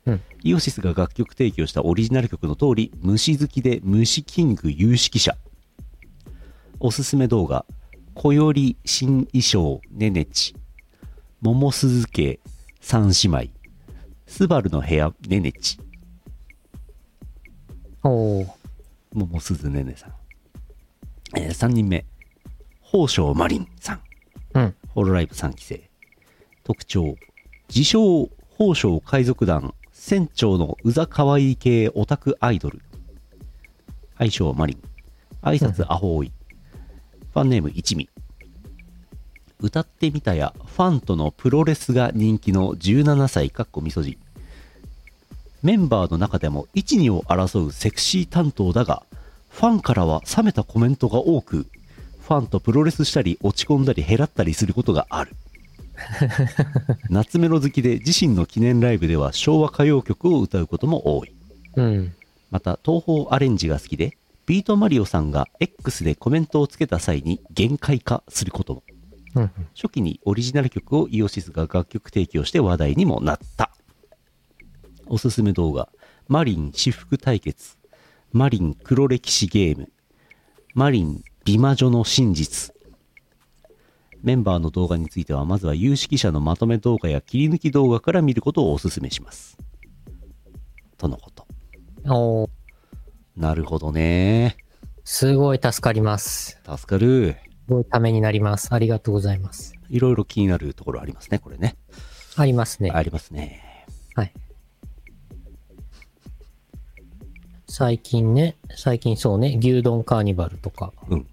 うん
イオシスが楽曲提供したオリジナル曲の通り虫好きで虫キング有識者おすすめ動画「こより新衣装ねねち」「桃鈴家三姉妹」「すばるの部屋ねねち」
おう。
「桃鈴ねねさん」え3人目宝生マリンさん
うん。
ホロライブ3期生特徴自称宝生海賊団船長のうざかわいい系オタクアイドル愛称マリン挨拶アホ多い、ファンネーム一味歌ってみたやファンとのプロレスが人気の17歳かっこみそじメンバーの中でも12を争うセクシー担当だがファンからは冷めたコメントが多くファンとプロレスしたり落ち込んだり減らったりすることがある 夏メロ好きで自身の記念ライブでは昭和歌謡曲を歌うことも多い
うん。
また東宝アレンジが好きでビートマリオさんが X でコメントをつけた際に限界化することも
うんふん。
初期にオリジナル曲をイオシスが楽曲提供して話題にもなったおすすめ動画マリン私服対決マリン黒歴史ゲームマリン美魔女の真実メンバーの動画についてはまずは有識者のまとめ動画や切り抜き動画から見ることをおすすめしますとのこと
おう。
なるほどね
すごい助かります。
助かる
すごいためになります。ありがとうございます。
いろいろ気になるところありますねこれね
ありますね。
ありますね
はい。最近ね、最近そうね、牛丼カーニバルとか、
うん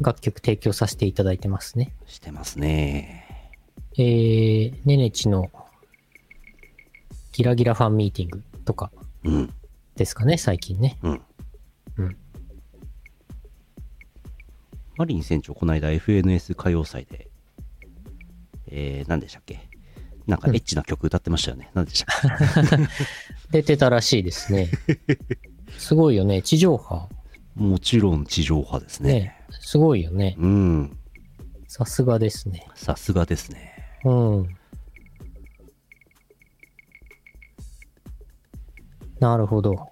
楽曲提供させていただいてますね。
してますね
えー、ねねちの、ギラギラファンミーティングとか
うん
ですかね、最近ね。
うん
うん。
マリン船長、この間 FNS 歌謡祭で、えー、何でしたっけなんかエ
うん
ッチな曲歌ってましたよね。何でしたっけ
出てたらしいですね。すごいよね。地上波。
もちろん地上波ですね。
ね。すごいよね。
うん。
さすがですね。
さすがですね。
うん。なるほど。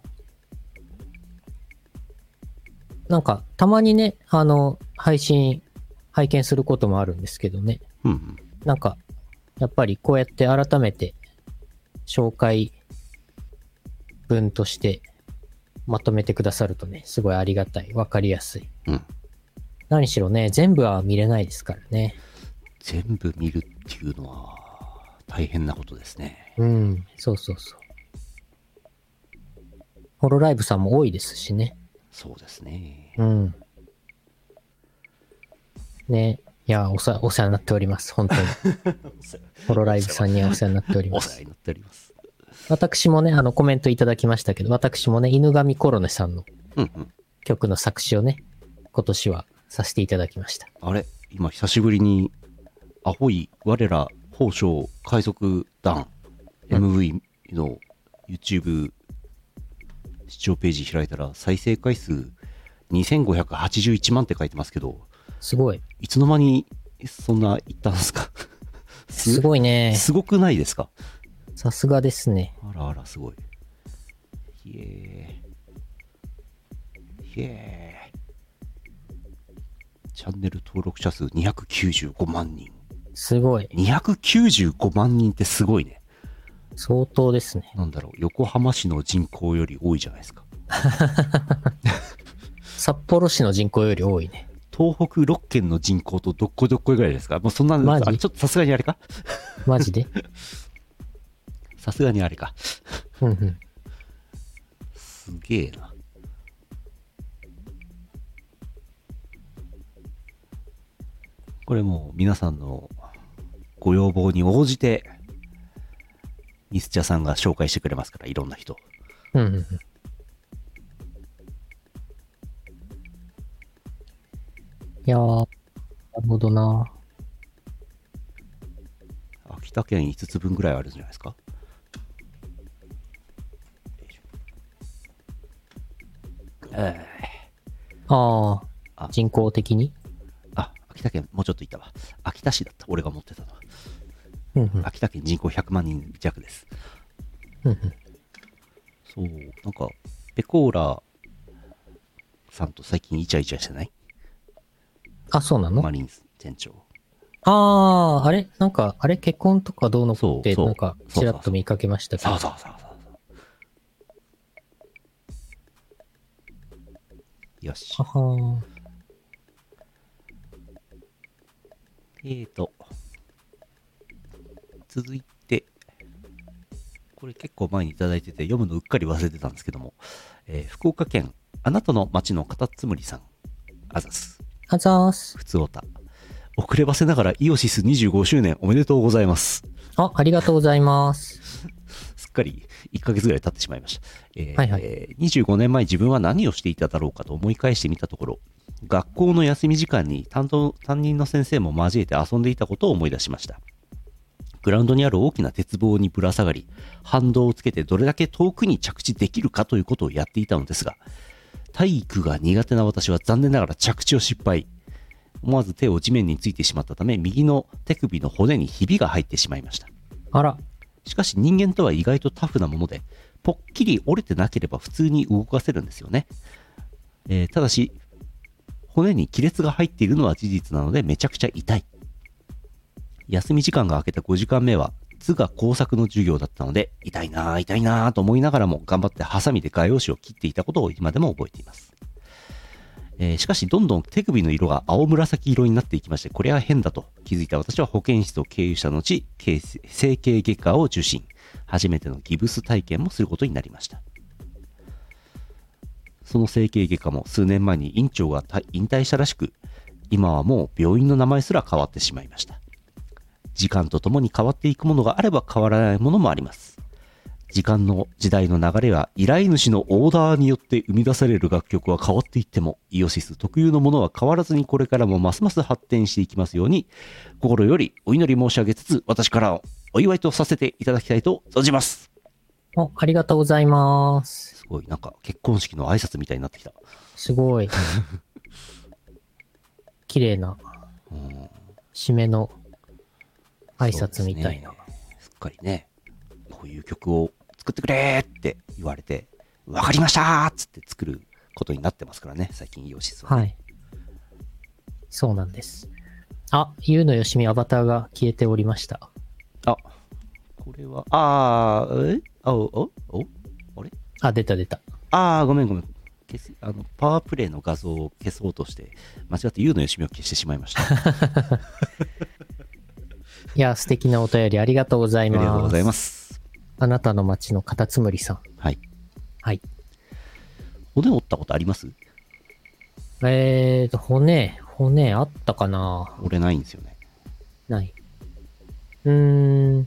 なんか、たまにね、あの、配信、拝見することもあるんですけどね。
うんうん
なんか、やっぱりこうやって改めて、紹介文としてまとめてくださるとね、すごいありがたい。わかりやすい。
うん
何しろね、全部は見れないですからね。
全部見るっていうのは大変なことですね
うん、そうそうそう。ホロライブさんも多いですしね。
そうですね
うん。ねいや、おさ、お世話になっております。本当に。ホロライブさんにはお世話になっており
お
ま
世話
す。
になっております
私もね、あの、コメントいただきましたけど、私もね、犬神コロネさんの
うんうん
曲の作詞をね、今年はさせていただきました。
あれ今久しぶりにアホイ我ら宝生海賊団 MV の YouTube 視聴ページ開いたら再生回数2581万って書いてますけど
すごい。
いつの間にそんないったんです かす
すごいね。
すごくないですか
さすがですね。
あらあら、すごい。ひえー。ひえー。チャンネル登録者数295万人。
すごい。
295万人ってすごいね。
相当ですね。
なんだろう、横浜市の人口より多いじゃないですか。
札幌市の人口より多いね。
東北6県の人口とどっこいどっこいぐらいですか。もうそんな、
マジ
あちょっとさすがにあれか
マジで。
さすがにあれか。
うんうん。
すげえな。これもう皆さんのご要望に応じて、ミスチャさんが紹介してくれますから、いろんな人。
うんうんうん。いやー、なるほどな。
秋田県5つ分ぐらいあるんじゃないですか。えー
あ
あ
あ、人口的に
あ、秋田県、もうちょっと行ったわ。秋田市だった、俺が持ってたのは。
うんうん。
秋田県人口100万人弱です。
うんうん
そう、なんか、ペコーラさんと最近イチャイチャしてない
あ、そうなの
マリンス店長。
ああ、あれなんか、あれ結婚とかどうのこうって、
そうそう
なんか、ちらっと見かけましたけど。
そうそうそうそう。よし
あ。は
えーと、続いて、これ結構前にいただいてて、読むのうっかり忘れてたんですけども、えー福岡県、あなたの町のカタツムリさん、あざす。
あざーす。
ふつおた。遅ればせながらイオシス25周年おめでとうございます。
あ、ありがとうございます。
すっかり1ヶ月ぐらい経ってしまいました。えー
はいはい
えー25年前自分は何をしていただろうかと思い返してみたところ、学校の休み時間に担当担任の先生も交えて遊んでいたことを思い出しました。グラウンドにある大きな鉄棒にぶら下がり、反動をつけてどれだけ遠くに着地できるかということをやっていたのですが、体育が苦手な私は残念ながら着地を失敗。思わず手を地面についてしまったため、右の手首の骨にひびが入ってしまいました。
あら、
しかし人間とは意外とタフなもので、ぽっきり折れてなければ普通に動かせるんですよね。えーただし、骨に亀裂が入っているのは事実なのでめちゃくちゃ痛い。休み時間が明けた5時間目は、図画工作の授業だったので、痛いなぁ、痛いなぁと思いながらも頑張ってハサミで画用紙を切っていたことを今でも覚えています。えーしかし、どんどん手首の色が青紫色になっていきまして、これは変だと気づいた私は保健室を経由した後、形整形外科を受診。初めてのギブス体験もすることになりました。その整形外科も数年前に院長が退引退したらしく、今はもう病院の名前すら変わってしまいました。時間とともに変わっていくものがあれば変わらないものもあります。時間の時代の流れは依頼主のオーダーによって生み出される楽曲は変わっていってもイオシス特有のものは変わらずにこれからもますます発展していきますように心よりお祈り申し上げつつ私からお祝いとさせていただきたいと存じます
お、ありがとうございます。
すごいなんか結婚式の挨拶みたいになってきた
す ごい。綺麗な、締めの挨拶みたいな。
そうですねすっかりねこういう曲を作ってくれって言われて、わかりましたーっつって作ることになってますからね、最近イオシスは。
はい。そうなんです。あ、ゆうのよしみアバターが消えておりました。
あ、これは、あー、えあ、お、お、おあれ
あ、出た出た。
あー、ごめんごめん。消すあのパワープレイの画像を消そうとして、間違って優のよしみを消してしまいました。あ
いや、素敵なお便りありがとうござい
り
ます。。
がとうございますす。
あなたの街のカタツムリさん。
はい。
はい。
骨折ったことあります
えーと、骨、骨あったかな
俺ないんですよね。
ない。うーん。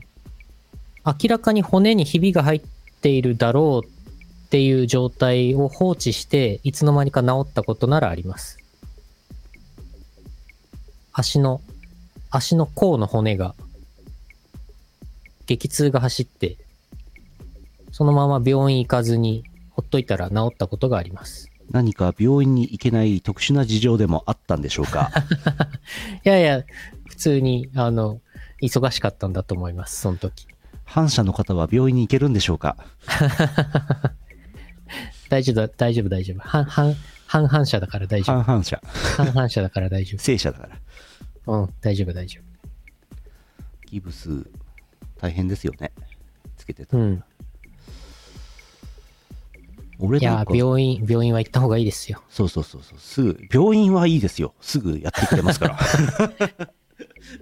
明らかに骨にひびが入っているだろうっていう状態を放置して、いつの間にか治ったことならあります。足の、足の甲の骨が、激痛が走って、そのまま病院行かずに、ほっといたら治ったことがあります。
何か病院に行けない特殊な事情でもあったんでしょう か
いやいや、普通に、あの、忙しかったんだと思います、その時。
反社の方は病院に行けるんでしょうか
大丈夫だ、大丈夫、大丈夫。半、半、半反射だから大丈
反反社。
夫。半反射だから大丈
正社だから。
夫。うん、大丈夫、大丈
ギブス、大変ですよね。つけてた
夫。。うん。
俺
い
な
や
んか
ー、、病院、病院は行った方がいいですよ。
そうそうそうそう。すぐ、病院はいいですよ。すぐやってくれますから。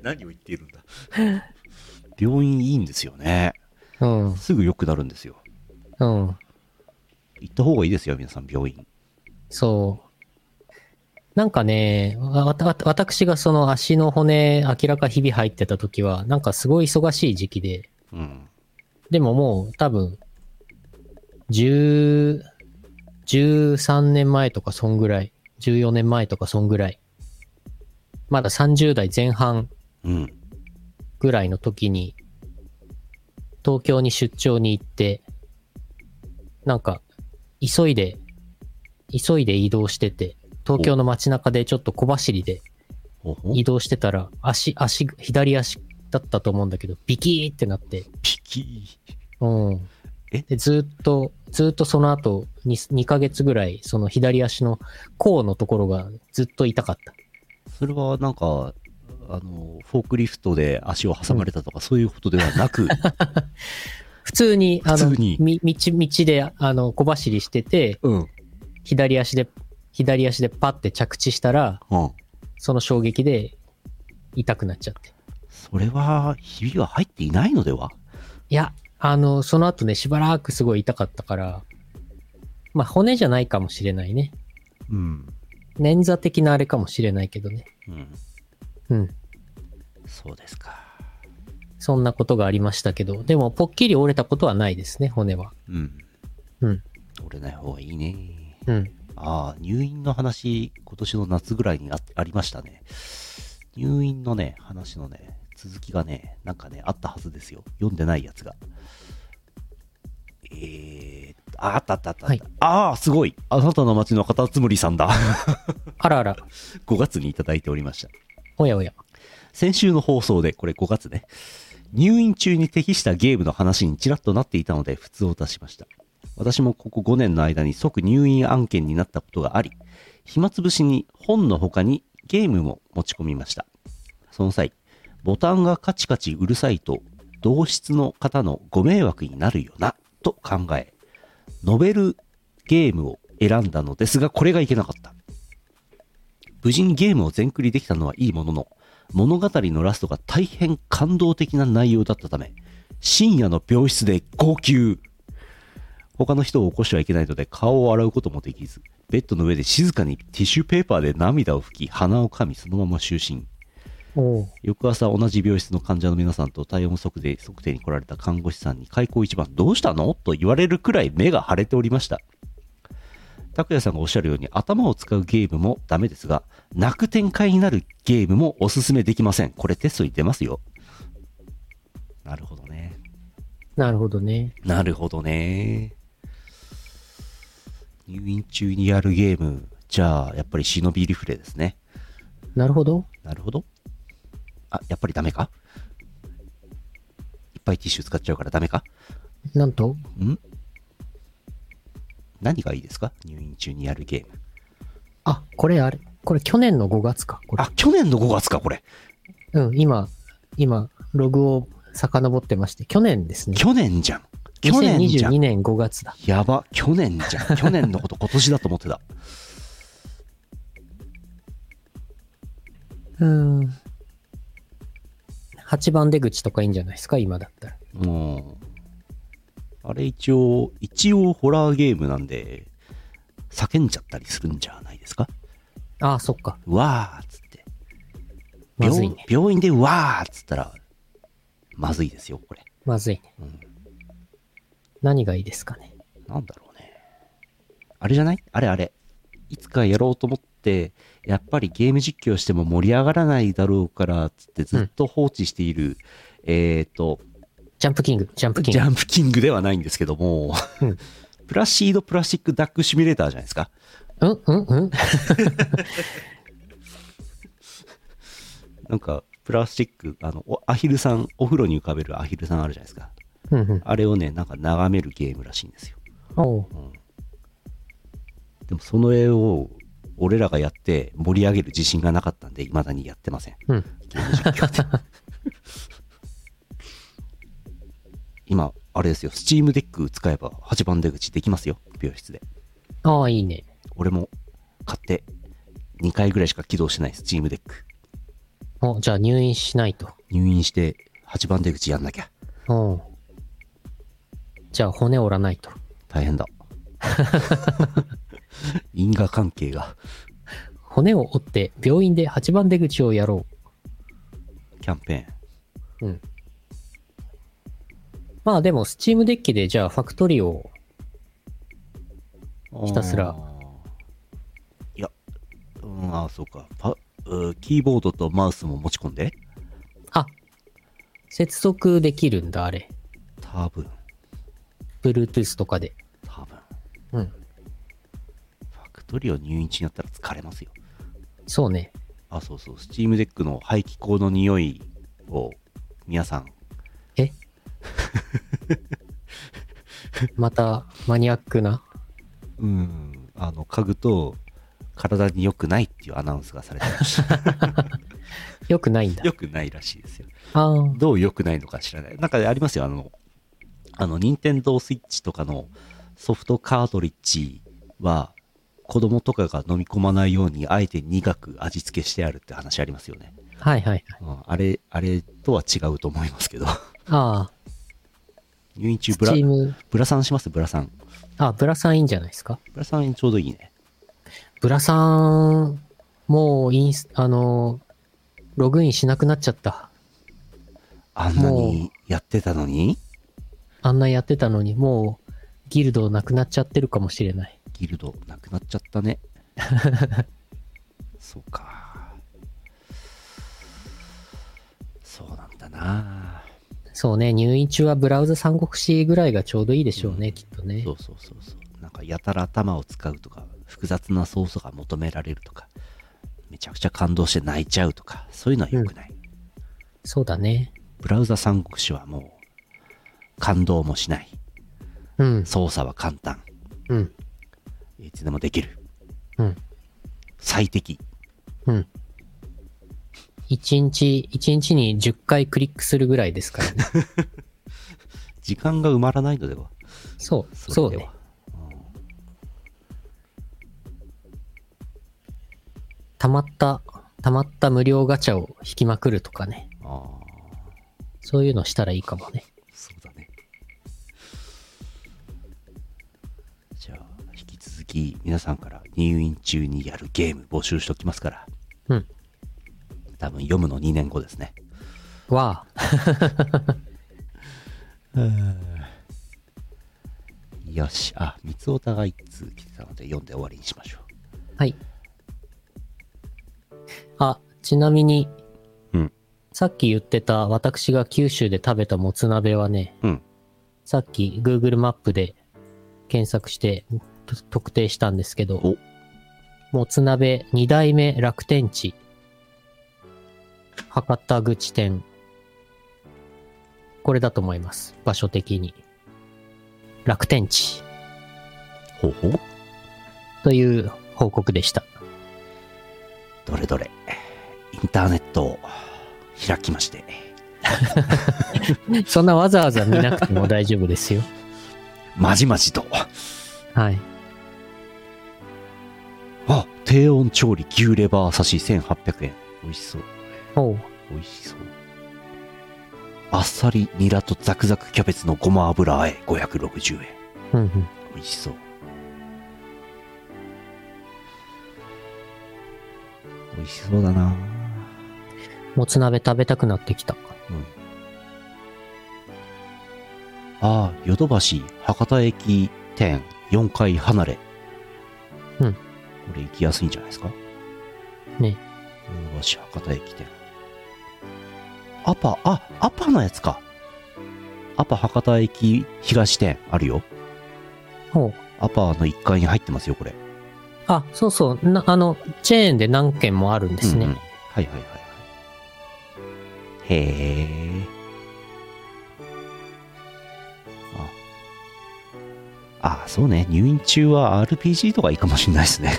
何を言っているんだ。病院いいんですよね。
うん、
すぐ良くなるんですよ。
うん。
行った方がいいですよ、皆さん、病院。
そう。なんかね、わわわ私がその足の骨、明らかひび入ってた時は、なんかすごい忙しい時期で、
うん。
でももう多分、10 13年前とかそんぐらい、14年前とかそんぐらい、まだ30代前半
うん。
ぐらいの時に、東京に出張に行って、なんか、急いで、急いで移動してて、東京の街中でちょっと小走りで
ほほ
移動してたら、足、足、左足だったと思うんだけど、ビキーってなって、
ピキー。
うん。
え
で、ずーっと、ずーっとその後2、2ヶ月ぐらい、その左足の甲のところがずっと痛かった。
それはなんか、あの、フォークリフトで足を挟まれたとか、そういうことではなく、
普通に、あの、
普通に
み道、道で、あの、小走りしてて、
うん。うん。
左足で、左足でパッて着地したら、その衝撃で痛くなっちゃって。
それは、ひびが入っていないのではい
や、あの、その後ね、しばらくすごい痛かったから、まあ、骨じゃないかもしれないね。
うん。
捻挫的なあれかもしれないけどね。
うん。
うん。
そうですか。
そんなことがありましたけど、でも、ぽっきり折れたことはないですね、骨は。
うん。
うん。
折れない方がいいね。
うん。
ああ、入院の話、今年の夏ぐらいにあありましたね。入院のね、話のね、続きがね、なんかね、あったはずですよ。読んでないやつが。えーっと、ああったあったあったあった。
はい
ああ、すごい。あなたの町のカタツムリさん だ。
あらあら、
5月にいただいておりました。
おやおや。
先週の放送で、これ5月ね、入院中に適したゲームの話にちらっとなっていたので、普通を出しました。私もここ5年の間に即入院案件になったことがあり、暇つぶしに本の他にゲームも持ち込みました。その際、ボタンがカチカチうるさいと、同室の方のご迷惑になるよな、と考え、ノベルゲームを選んだのですが、これがいけなかった。無事にゲームを全クリできたのはいいものの、物語のラストが大変感動的な内容だったため、深夜の病室で号泣。他の人を起こしてはいけないので顔を洗うこともできず、ベッドの上で静かにティッシュペーパーで涙を拭き、鼻をかみ、そのまま就寝。
おう
翌朝同じ病室の患者の皆さんと体温測定測定に来られた看護師さんに開口一番どうしたのと言われるくらい目が腫れておりました拓也さんがおっしゃるように頭を使うゲームもダメですが泣く展開になるゲームもおすすめできませんこれテストに出ますよなるほどね
なるほどね。
なるほどね入院中にやるゲームじゃあやっぱり忍びリフレですね
なるほど。
なるほど。あ、やっぱりダメかいっぱいティッシュ使っちゃうからダメか
なんと、
ん何がいいですか入院中にやるゲーム。
あ、これあれ、これ去年の5月か、これ。
あ、去年の5月か、これ。
うん、今、今、ログを遡ってまして、去年ですね。
去年じゃん。去年じゃん
2022。年5月だ。
やば、去年じゃん。 去年のこと今年だと思ってた。
うん。8番出口とかいいんじゃないですか、今だったら。
もう、あれ一応、一応ホラーゲームなんで、叫んじゃったりするんじゃないですか
ああ、そっか。
わーっつって。
まずい
病
ね。
病院でわーっつったら、まずいですよ、これ。
まずいね。
うん
何がいいですかね。
なんだろうね。あれじゃないあれあれ。いつかやろうと思って、やっぱりゲーム実況しても盛り上がらないだろうから、つってずっと放置している、えっ、と、
ジャンプキング、ジャンプキン
ジ
グ。
ャンプキングではないんですけども
うん、
プラシードプラスチックダックシミュレーターじゃないですか。
うん、うん、うん。
なんか、プラスチック、あの、おアヒルさん、お風呂に浮かべるアヒルさんあるじゃないですか。
うん、うん。
あれをね、なんか眺めるゲームらしいんですよ。
おう
でも、その絵を、俺らがやって盛り上げる自信がなかったんで、未だにやってません。
うん。
今、あれですよ、スチームデック使えば8番出口できますよ、病室で。
ああ、いいね。
俺も買って2回ぐらいしか起動しないスチームデック。
お、じゃあ入院しないと。
入院して8番出口やんなきゃ。
おうじゃあ骨折らないと。
大 変だ。因果関係が、
骨を折って病院で8番出口をやろ
キャンペーン。
う。うん。まあでも、スチームデッキでじゃあファクトリーを、ひたすら
あーいやうんあーそうかパうーキーボードとマウスも持ち込んで
あ、接続できるんだ、あれ。
多分
Bluetooth とかで。
多分
うん。
ファクトリーを入院中にやったら疲れますよ
そうね。
あそうそうスチームデックの排気口の匂いを皆さん
えまた、マニアックな。
うんあの嗅ぐと体に良くないっていうアナウンスがされて まし
よくないんだ
た。良くないらしいですよ
ああ。
どう良くないのか知らない。なんかありますよ、あの、あの、任天堂スイッチとかのソフトカートリッジは、子供とかが飲み込まないように、あえて苦く味付けしてあるって話ありますよね。
はいはいはい。
うん、あれ、あれとは違うと思いますけど。
ああ。
入院中
ス
ブラ
チ、ーム、
ブラさんしますブラさん。
あ、ブラさんいいんじゃないですか。
ブラさんちょうどいいね。
ブラさん、もうインス、あの、ログインしなくなっちゃった。
あんな
も
にやってたのに、
あんなやってたのに、もう、ギルドなくなっちゃってるかもしれない。
ギルドなくなっちゃったね。 そうか。そうなんだな。
そうね、入院中はブラウザ三国志ぐらいがちょうどいいでしょうね、
うん
きっとね
そ。うそうそうそうなんかやたら頭を使うとか複雑な操作が求められるとかめちゃくちゃ感動して泣いちゃうとかそういうのは良くない、
そうだね。
ブラウザ三国志はもう感動もしない
うん、
操作は簡単
うん、
いつでもできる
うん、
最適
うん。一日、一日に10回クリックするぐらいです からね。
時間が埋まらないのでは
そう、
そ
そう
れで
ね
は。
溜まった、溜まった無料ガチャを引きまくるとかね。
ああ
そういうのしたらいいかもね。
そうだねじゃあ引き続き皆さんから入院中にやるゲーム募集しておきますから
うん。
多分読むの2年後ですね
わあ、
よしあ三つおたが1通来てたので読んで終わりにしましょ
はい。あ、ちなみに、
ううん
さっき言ってた私が九州で食べたもつ鍋はね、
うん
さっき Google マップで検索してと特定したんですけど
お、
もつ鍋2代目楽天地、博多口店、これだと思います。場所的に。楽天地
ほうほう
という報告 でした。
どれどれインターネットを開きまして
そんなわざわざ見なくても大丈夫ですよ。
まじまじと
はい。
あ低温調理牛レバー刺し1800円美味しそう
おう
美味しそうあっさりニラとザクザクキャベツのごま油あえ560円
うんうん。
美味しそう美味しそうだな
もつ鍋食べたくなってきた。
ああヨドバシ博多駅店4階離れ
うん
これ行きやすいんじゃないですか
ね。
ヨドバシ博多駅店アパあアパのやつかアパ博多駅東店あるよ
おう
アパの1階に入ってますよこれ
あ、そうそう。な、あの、チェーンで何軒もあるんですね。
うんうんはいはいはいはい。へえ。あ、あそうね。入院中は RPG とかいいかもしれない ですね。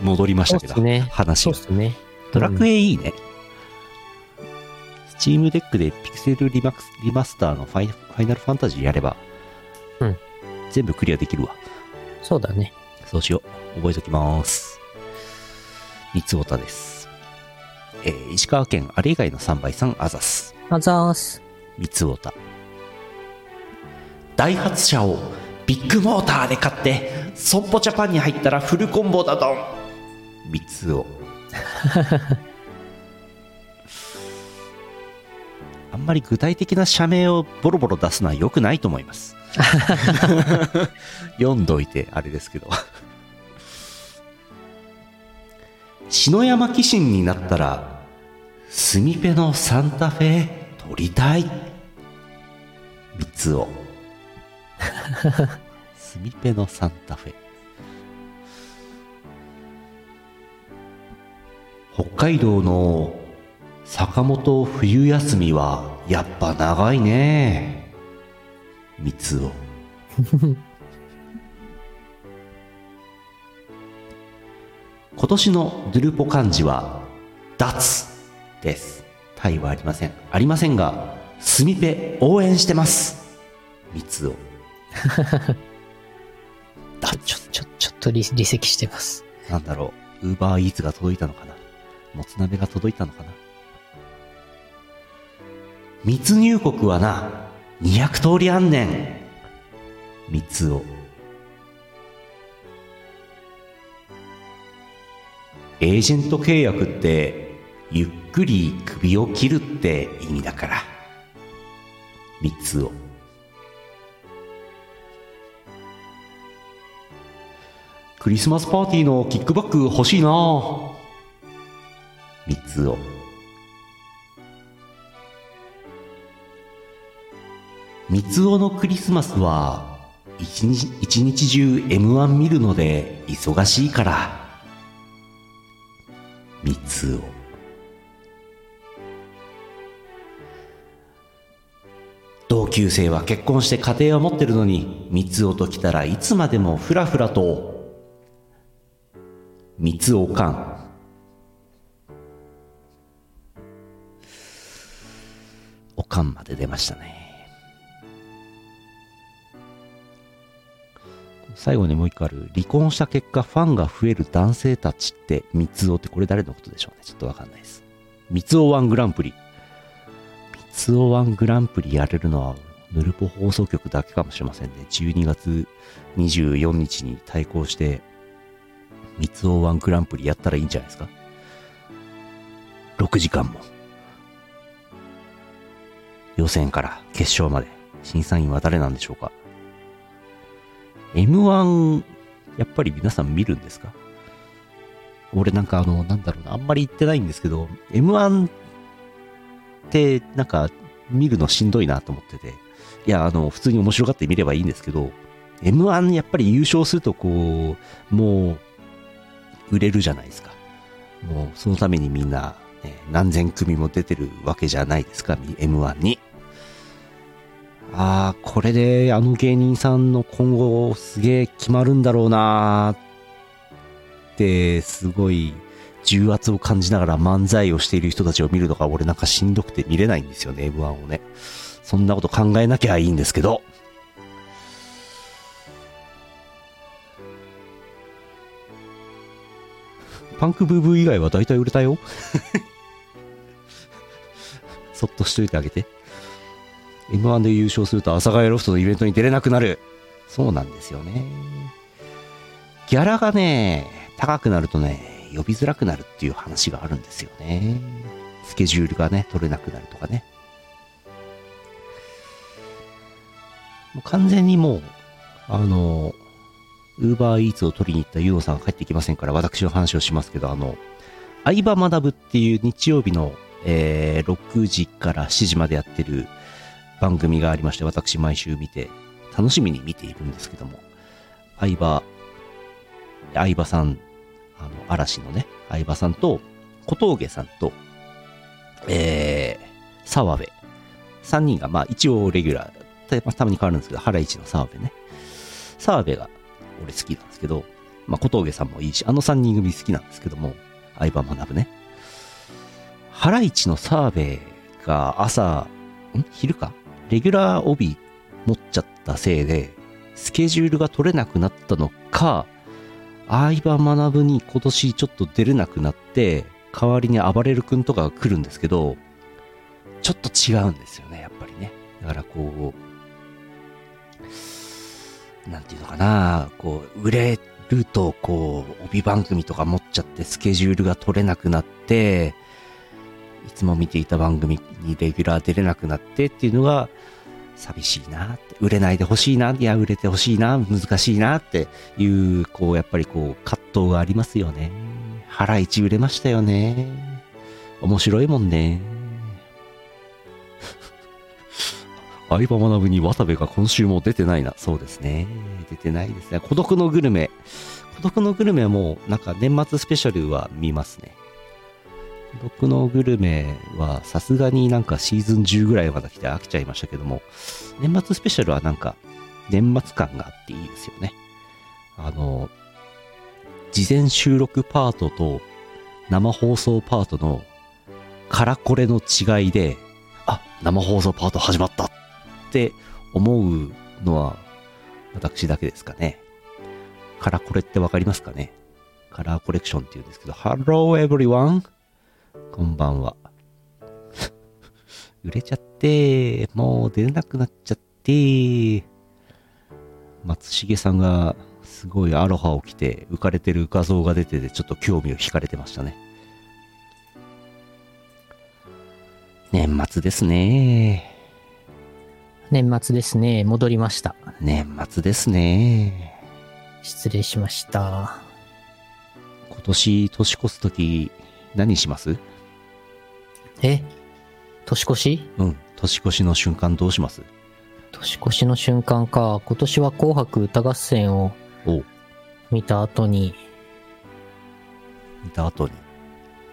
戻りまし
そう
た
で
け
す
ど、
ね。
話
そう
が
で。すね。
ドラクエいいね。スチームデックでピクセルリマックスリマスターのファイファイナルファンタジーやれば、
うん
全部クリアできるわ。
そうだね。
そうしよう。覚えときます。三つおたです。えー石川県あれ以外の3倍さんあざす。
あざーす。
三つおた。ダイハツ車をビッグモーターで買って、損保ジャパンに入ったらフルコンボだどん。三つお。 あんまり具体的な社名をボロボロ出すのは良くないと思います。 読んどいてあれですけど。篠山紀信になったら、スミペのサンタフェ取りたい。三つを。 スミペのサンタフェ。北海道の坂本冬休みはやっぱ長いね。三つを。今年のドゥルポ漢字は「脱」ですタイはありませんありませんがスミペ応援してます三つを
ちょ、ちょ、ちょ、ちょっと離離席してます。
なんだろうウーバーイーツが届いたのかなもつ鍋が届いたのかな密入国はな200通りあんねん三つをエージェント契約ってゆっくり首を切るって意味だから三つをクリスマスパーティーのキックバック欲しいな三つを三つおのクリスマスは一日一日中 M1 見るので忙しいから三つを同級生は結婚して家庭を持ってるのに三つおと来たらいつまでもふらふらと三つおかん。おかんまで出ましたね。最後にもう一個ある。離婚した結果、ファンが増える男性たちって、三つおってこれ誰のことでしょうね。ちょっとわかんないです。三つおワングランプリ。三つおワングランプリやれるのは、ヌルポ放送局だけかもしれませんね。12月24日に対抗して、三つおワングランプリやったらいいんじゃないですか ?6 時間も。予選から決勝まで審査員は誰なんでしょうか ?M1、やっぱり皆さん見るんですか俺なんかあの、なんだろうな、あんまり言ってないんですけど、M1 ってなんか見るのしんどいなと思ってて、いや、あの、普通に面白がって見ればいいんですけど、M1 やっぱり優勝するとこう、もう売れるじゃないですか。もうそのためにみんな、ね、何千組も出てるわけじゃないですか、み M1 に。あああ、これであの芸人さんの今後すげえ決まるんだろうなーって、すごい重圧を感じながら漫才をしている人たちを見るのが俺なんかしんどくて見れないんですよね、M1 をね。そんなこと考えなきゃいいんですけど。パンクブーブー以外は大体売れたよ。 そっとしといてあげて。M1 で優勝すると阿佐ヶ谷ロフトのイベントに出れなくなる。そうなんですよね。ギャラがね、高くなるとね、呼びづらくなるっていう話があるんですよね。スケジュールがね、取れなくなるとかね。もう完全にもう、あの、ウーバーイーツを取りに行ったユーノさんが帰ってきませんから、私の話をしますけど、あの、相葉学ぶっていう日曜日の、えー6時から7時までやってる番組がありまして、私毎週見て、楽しみに見ているんですけども、相葉、相葉さん、あの、嵐のね、相葉さんと、小峠さんと、えー、澤部。3人が、まあ一応レギュラー、たまたまに変わるんですけど、原市の澤部ね。澤部が俺好きなんですけど、まあ小峠さんもいいし、あの3人組好きなんですけども、相葉学ぶね。原市の澤部が朝、ん昼かレギュラー帯持っちゃったせいで、スケジュールが取れなくなったのか、相葉学に今年ちょっと出れなくなって、代わりに暴れる君とかが来るんですけど、ちょっと違うんですよね、やっぱりね。だからこう、なんていうのかな、こう、売れると、こう、帯番組とか持っちゃって、スケジュールが取れなくなって、いつも見ていた番組にレギュラー出れなくなってっていうのが、寂しいなって、売れないでほしいな、いや、売れてほしいな、難しいなっていう、こう、やっぱりこう、葛藤がありますよね。腹一売れましたよね。面白いもんね。相葉学に渡部が今週も出てないな。そうですね。出てないですね。孤独のグルメ。孤独のグルメも、なんか年末スペシャルは見ますね。孤独のグルメはさすがになんかシーズン10ぐらいまで来て飽きちゃいましたけども、年末スペシャルはなんか年末感があっていいですよね。あの、事前収録パートと生放送パートのカラコレの違いで、あ、生放送パート始まったって思うのは私だけですかね。カラコレってわかりますかねカラーコレクションって言うんですけど、Hello everyone! こんばんは。 売れちゃって、もう出れなくなっちゃって、松重さんがすごいアロハを着て浮かれてる画像が出ててちょっと興味を惹かれてましたね。年末ですね。
年末ですね。戻りました。
年末ですね。
失礼しました。
今年年越すとき何します
え年越し
うん。年越しの瞬間どうします
年越しの瞬間か。今年は紅白歌合戦を
おう
見た後に、
見た後に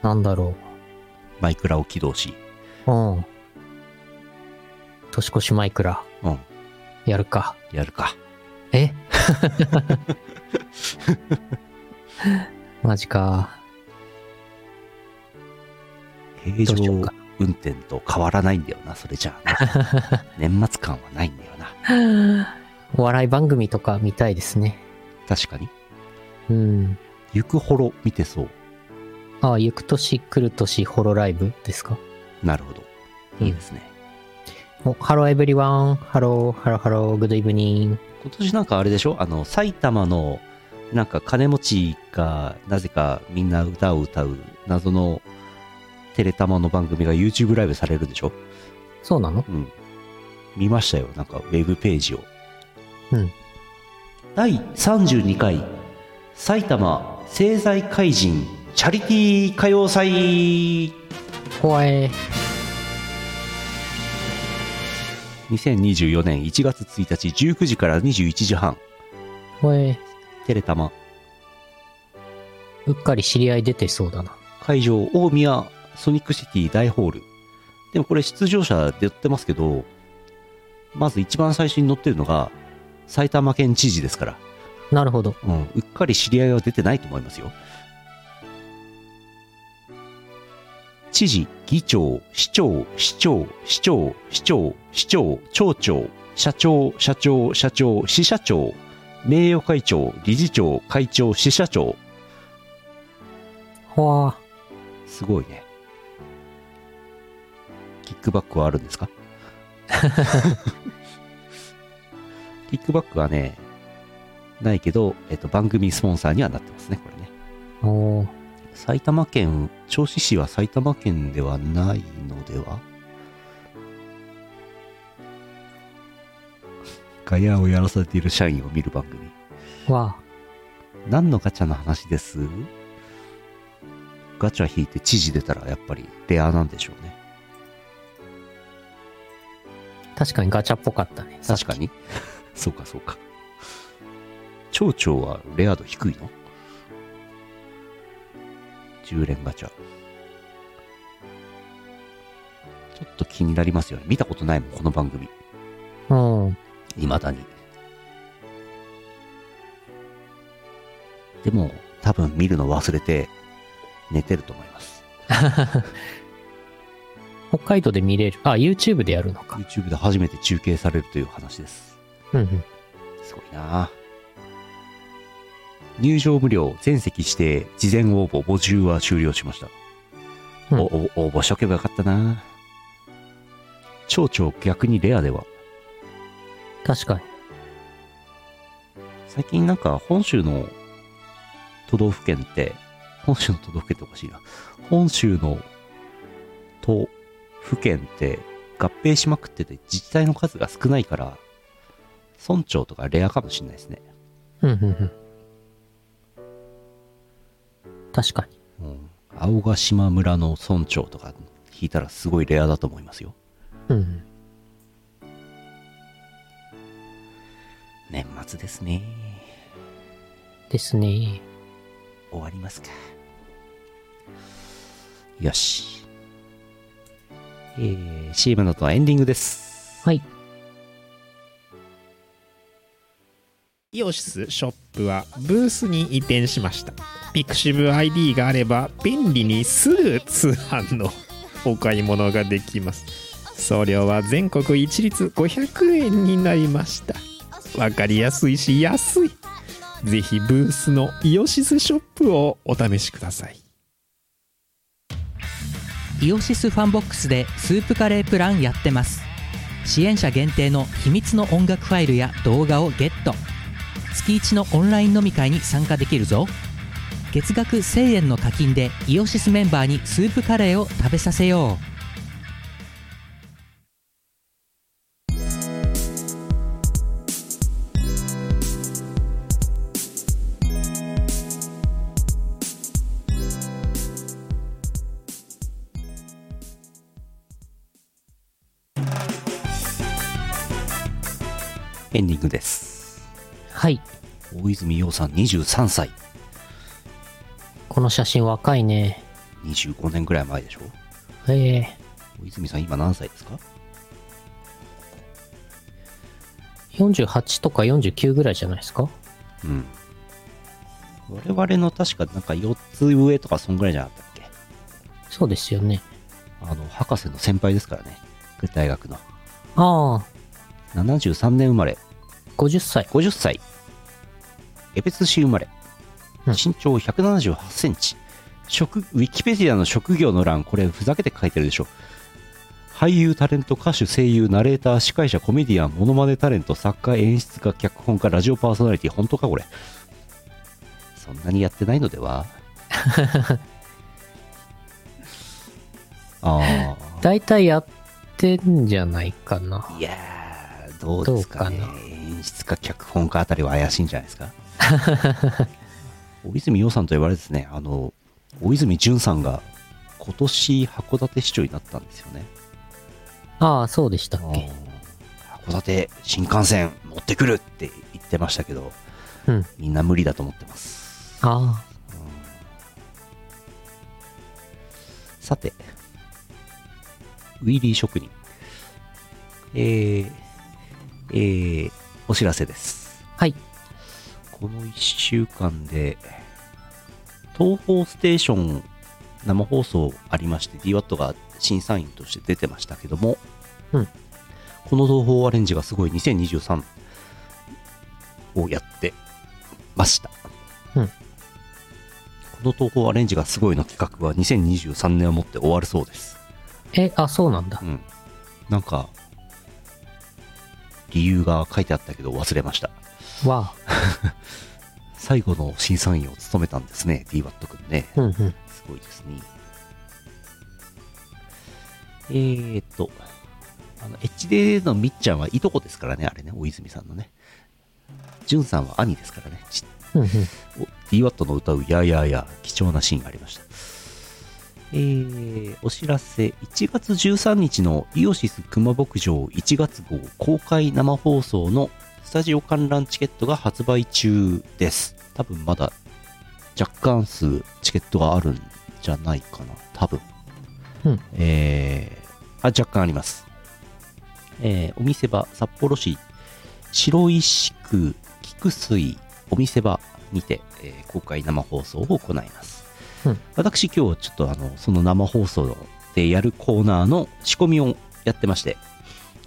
なんだろ
マイクラを起動し。
う。うん。年越しマイクラ、
うん。
やるか。
やるか。
えマジか。
平
どうしよう
常
か
運転と変わらないんだよな、それじゃあ な。年末感はないんだよな。
お笑い番組とか見たいですね。
確かに。
うん。
ゆくほろ見てそう。
ああ、行く年来る年ホロライブですか
なるほど。いいですね。
お、ハローエブリワン。ハロー、ハロー、ハロー、グッドイブニング。
今年なんかあれでしょあの、埼玉の、なんか金持ちが、なぜかみんな歌を歌う謎のテレタマの番組が YouTube ライブされるでしょ
そうなの
うん。見ましたよ。なんかウェブページを。
うん。
第32回埼玉政財怪人チャリティー歌謡祭
怖い。
2024年1月1日19時から21時半
怖い。
テレタマ
うっかり知り合い出てそうだな。
会場大宮ソニックシティ大ホールでもこれ出場者でやってますけどまず一番最初に載ってるのが埼玉県知事ですから、
なるほど。
うん、うっかり知り合いは出てないと思いますよ知事議長市長市長市長市長市長町長社長社長社長支社長名誉会長理事長会長支社長
はあ。
すごいねキックバックはあるんですか キックバックはねないけど、えっと、番組スポンサーにはなってますねこれね
おー
埼玉県銚子市は埼玉県ではないのではガヤをやらされている社員を見る番組
わ
何のガチャの話ですガチャ引いて知事出たらやっぱりレアなんでしょうね
あ。確かにガチャっぽかったね。
確かに そうかそうか町長はレア度低いの10連ガチャちょっと気になりますよね見たことないもんこの番組
うん。
いまだにでも多分見るの忘れて寝てると思います
北海道で見れる。あ、YouTube でやるのか。
YouTube で初めて中継されるという話です
うんうん。
すごいな入場無料、全席指定、事前応募、募集は終了しました。
うん
おお応募しとけばよかったな町長逆にレアでは。
確かに。
最近なんか本州の都道府県って、本州の都道府県っておかしいな。本州の都府県って合併しまくってて自治体の数が少ないから、村長とかレアかもしれないですね。
うんうんうん。確かに。
うん、青ヶ島村の村長とか引いたらすごいレアだと思いますよ
うんうん。
年末ですね
ですね。
終わりますかよし、えー、CM の後はエンディングです
はい。
イオシスショップはブースに移転しましたピクシブ ID があれば便利にすぐ通販のお買い物ができます送料は全国一律500円になりましたわかりやすいし安いぜひブースのイオシスショップをお試しください
イオシスファンボックスでスープカレープランやってます支援者限定の秘密の音楽ファイルや動画をゲット月1のオンライン飲み会に参加できるぞ月額1000円の課金でイオシスメンバーにスープカレーを食べさせよう
エンディングです
はい。
大泉洋さん23歳
この写真若いね。
25年ぐらい前でしょ
ええ
大泉さん今何歳ですか
48とか49ぐらいじゃないですか
うん我々の確かなんか4つ上とかそんぐらいじゃなかったっけ
そうですよね。
あの博士の先輩ですからね大学の
ああ、
73年生まれ
50歳。
50歳エペツ市生まれ
うん
身長1 7 8センチ職ウィキペディアの職業の欄これふざけて書いてるでしょ俳優タレント歌手声優ナレーター司会者コメディアンモノマネタレント作家演出家脚本家ラジオパーソナリティ本当かこれそんなにやってないので はああ
だいたいやってんじゃないかな。
いやー、どうですかね。
どうかな
演出家、脚本家あたりは怪しいんじゃないですか。 大泉洋さんと言われですね、あの、大泉潤さんが今年函館市長になったんですよね。
ああ、そうでしたっけ。
函館新幹線乗ってくるって言ってましたけど、
うん
みんな無理だと思ってます。
あ
さて、ウィリー職人。えーえーお知らせです。
はい。
この1週間で、東方ステーション生放送ありまして、DWAT が審査員として出てましたけども、
うん
この東方アレンジがすごい2023をやってました。
うん
この東方アレンジがすごいの企画は2023年をもって終わるそうです。
え、あ、そうなんだ
う。ん、なんか理由が書いてあったけど忘れました
わ
最後の審査員を務めたんですね DWAT 君ね
あ。うんうん。
すごいですねえー、っとあの HDD のみっちゃんはいとこですからねあれね大泉さんのねじゅんさんは兄ですからねち
うんうん。
お DWAT の歌う「やーやーやー」貴重なシーンがありましたえー、お知らせ1月13日のイオシス熊牧場1月号公開生放送のスタジオ観覧チケットが発売中です多分まだ若干数チケットがあるんじゃないかな多分、
うん
えー、あ若干ありますえーお店場札幌市白石区菊水お店場にて、えー公開生放送を行います、
うん
私今日ちょっとあのその生放送でやるコーナーの仕込みをやってまして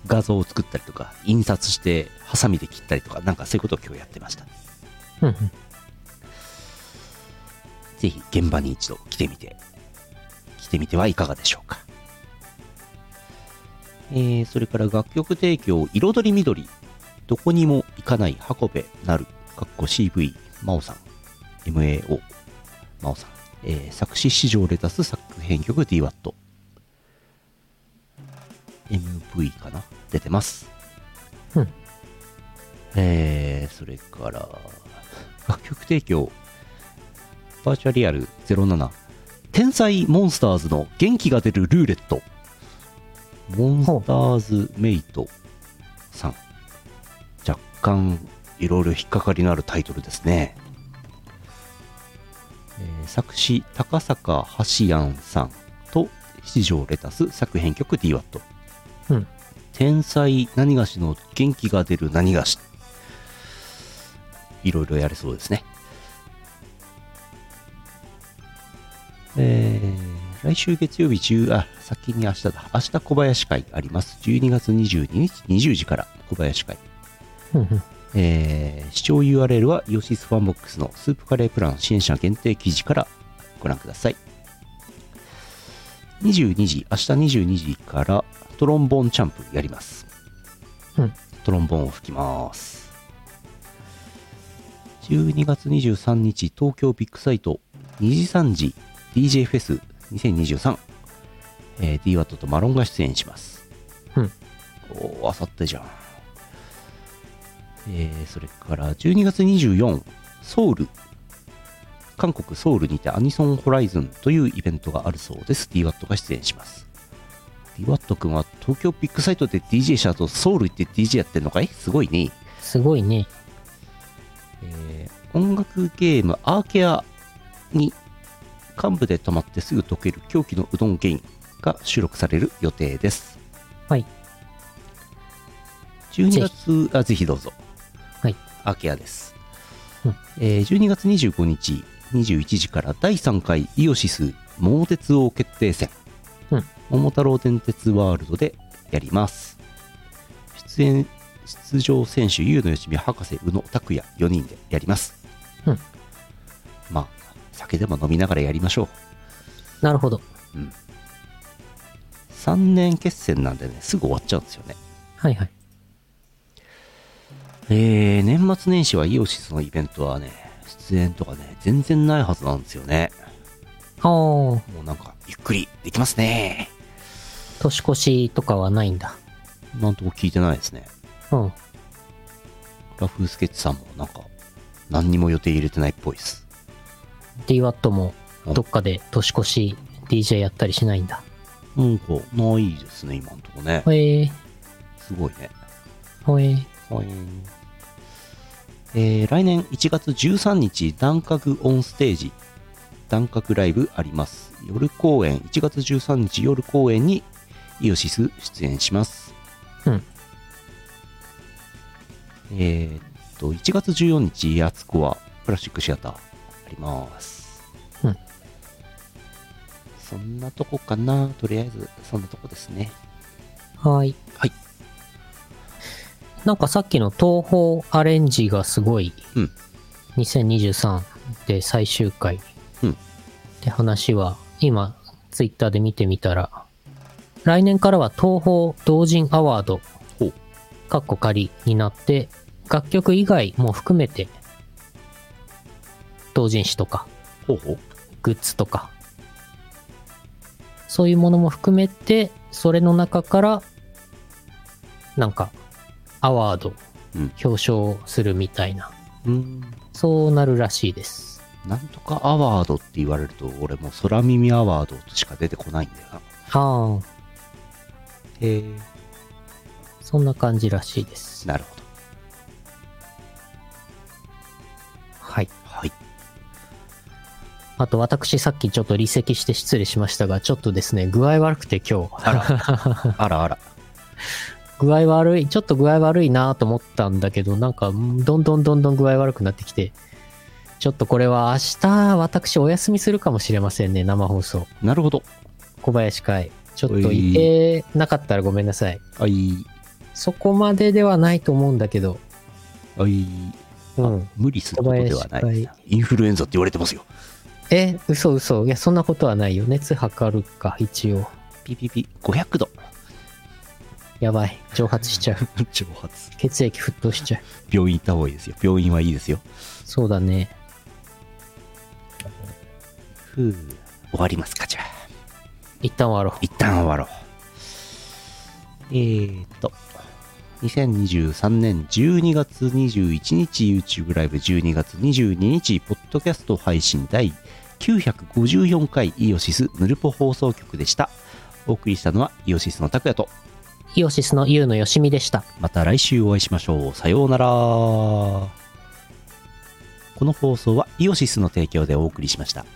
画像を作ったりとか印刷してハサミで切ったりとかなんかそういうことを今日やってました
うんうん。
ぜひ現場に一度来てみて、来てみてはいかがでしょうか。えー、それから楽曲提供、彩り緑、どこにも行かない運べなる、かっこ CV、真央さん、MAO、真央さん、えー作詞史上レタス作編曲 DWAT、MV かな出てます。
うん
えー、それから、楽曲提供、バーチャリアル07天才モンスターズの元気が出るルーレットモンスターズメイトさん若干いろいろ引っかかりのあるタイトルですね、えー作詞高坂はしやんさんと七条レタス作編曲 DWAT、
うん
天才何がしの元気が出る何がしいろいろやれそうですねえー来週月曜日10、あ、先に明日だ。明日小林会あります。12月22日20時から小林会。
うんうん。
えー視聴 URL はヨシスファンボックスのスープカレープラン支援者限定記事からご覧ください。22時、明日22時からトロンボーンチャンプやります。
うん
トロンボーンを吹きます。12月23日、東京ビッグサイト2時3時 DJ フェス2023、えー、DWAT とマロンが出演します。
うん
おー、あさってじゃん。えーそれから12月24ソウル韓国ソウルにてアニソンホライズンというイベントがあるそうです DWAT が出演します DWAT 君は東京ビッグサイトで DJ した後ソウル行って DJ やってんのかいすごいね、
すごいね。
えー音楽ゲームアーケアに幹部で止まってすぐ溶ける狂気のうどんゲインが収録される予定です
はい
12月あぜひどうぞ
はい
アーケアです、
うん
えー12月25日21時から第3回イオシス桃鉄王決定戦、
うん
桃太郎電鉄ワールドでやります出演出場選手優野よしみ博士宇野拓也4人でやります、
うん
まあ酒でも飲みながらやりましょう
なるほど。
3年決戦なんでねすぐ終わっちゃうんですよね
はいはい。
えー、年末年始はイオシスのイベントはね、出演とかね、全然ないはずなんですよね。
ああ、
もうなんか、ゆっくりできますね。
年越しとかはないんだ。
なんとも聞いてないですね。
うん。
ラフスケッチさんもなんか、何にも予定入れてないっぽいです。
DWAT もどっかで年越し DJ やったりしないんだ。
なんか、ないですね、今んとこね。
へえ
すごいね。
ー、へえ
はい。えー来年1月13日、段角オンステージ、段角ライブあります。夜公演、1月13日夜公演にイオシス出演します。
うん
えーっと、1月14日、アツコはプラスチックシアターあります。
うん
そんなとこかな、とりあえず、そんなとこですね。
はい。
はい。
なんかさっきの東宝アレンジがすごい、
うん
2023で最終回
うん
って話は、今ツイッターで見てみたら、来年からは東宝同人アワード
ほう、
かっこ仮になって、楽曲以外も含めて、同人誌とか、
ほうほう。
グッズとか、そういうものも含めて、それの中から、なんか、アワード
うん、
表彰するみたいな、
うん。
そうなるらしいです。
なんとかアワードって言われると、俺もう空耳アワードしか出てこないんだよな。
ああ、
へえ。
そんな感じらしいです。
なるほど。
はい。
はい。
あと、私、さっきちょっと離席して失礼しましたが、ちょっとですね、具合悪くて今日、
あら、あらあら。
具合悪い、ちょっと具合悪いなと思ったんだけど、なんか、んどんどんどんどん具合悪くなってきて、ちょっとこれは明日、私お休みするかもしれませんね、生放送。
なるほど。
小林会。ちょっ
お
と
い
いてなかったらごめんなさい。
はい。
そこまでではないと思うんだけど、
はい。
うん。
無理することではな
小林
い。インフルエンザって言われてますよ。
え、嘘嘘。いや、そんなことはないよ。熱測るか、一応。
ピピピ、500度。
やばい。蒸発しちゃう。
蒸発。
血液沸騰しちゃう。
病院行った方がいいですよ。病院はいいですよ。
そうだね。
ふう。終わりますか、じゃあ。
一旦終わろう。
一旦終わろう。えーっと、2023年12月21日 YouTube ライブ12月22日、ポッドキャスト配信第954回イオシスヌルポ放送局でした。お送りしたのはイオシスの拓也と、
イオシスのユウのよしみでした。
また来週お会いしましょう。さようなら。この放送はイオシスの提供でお送りしました。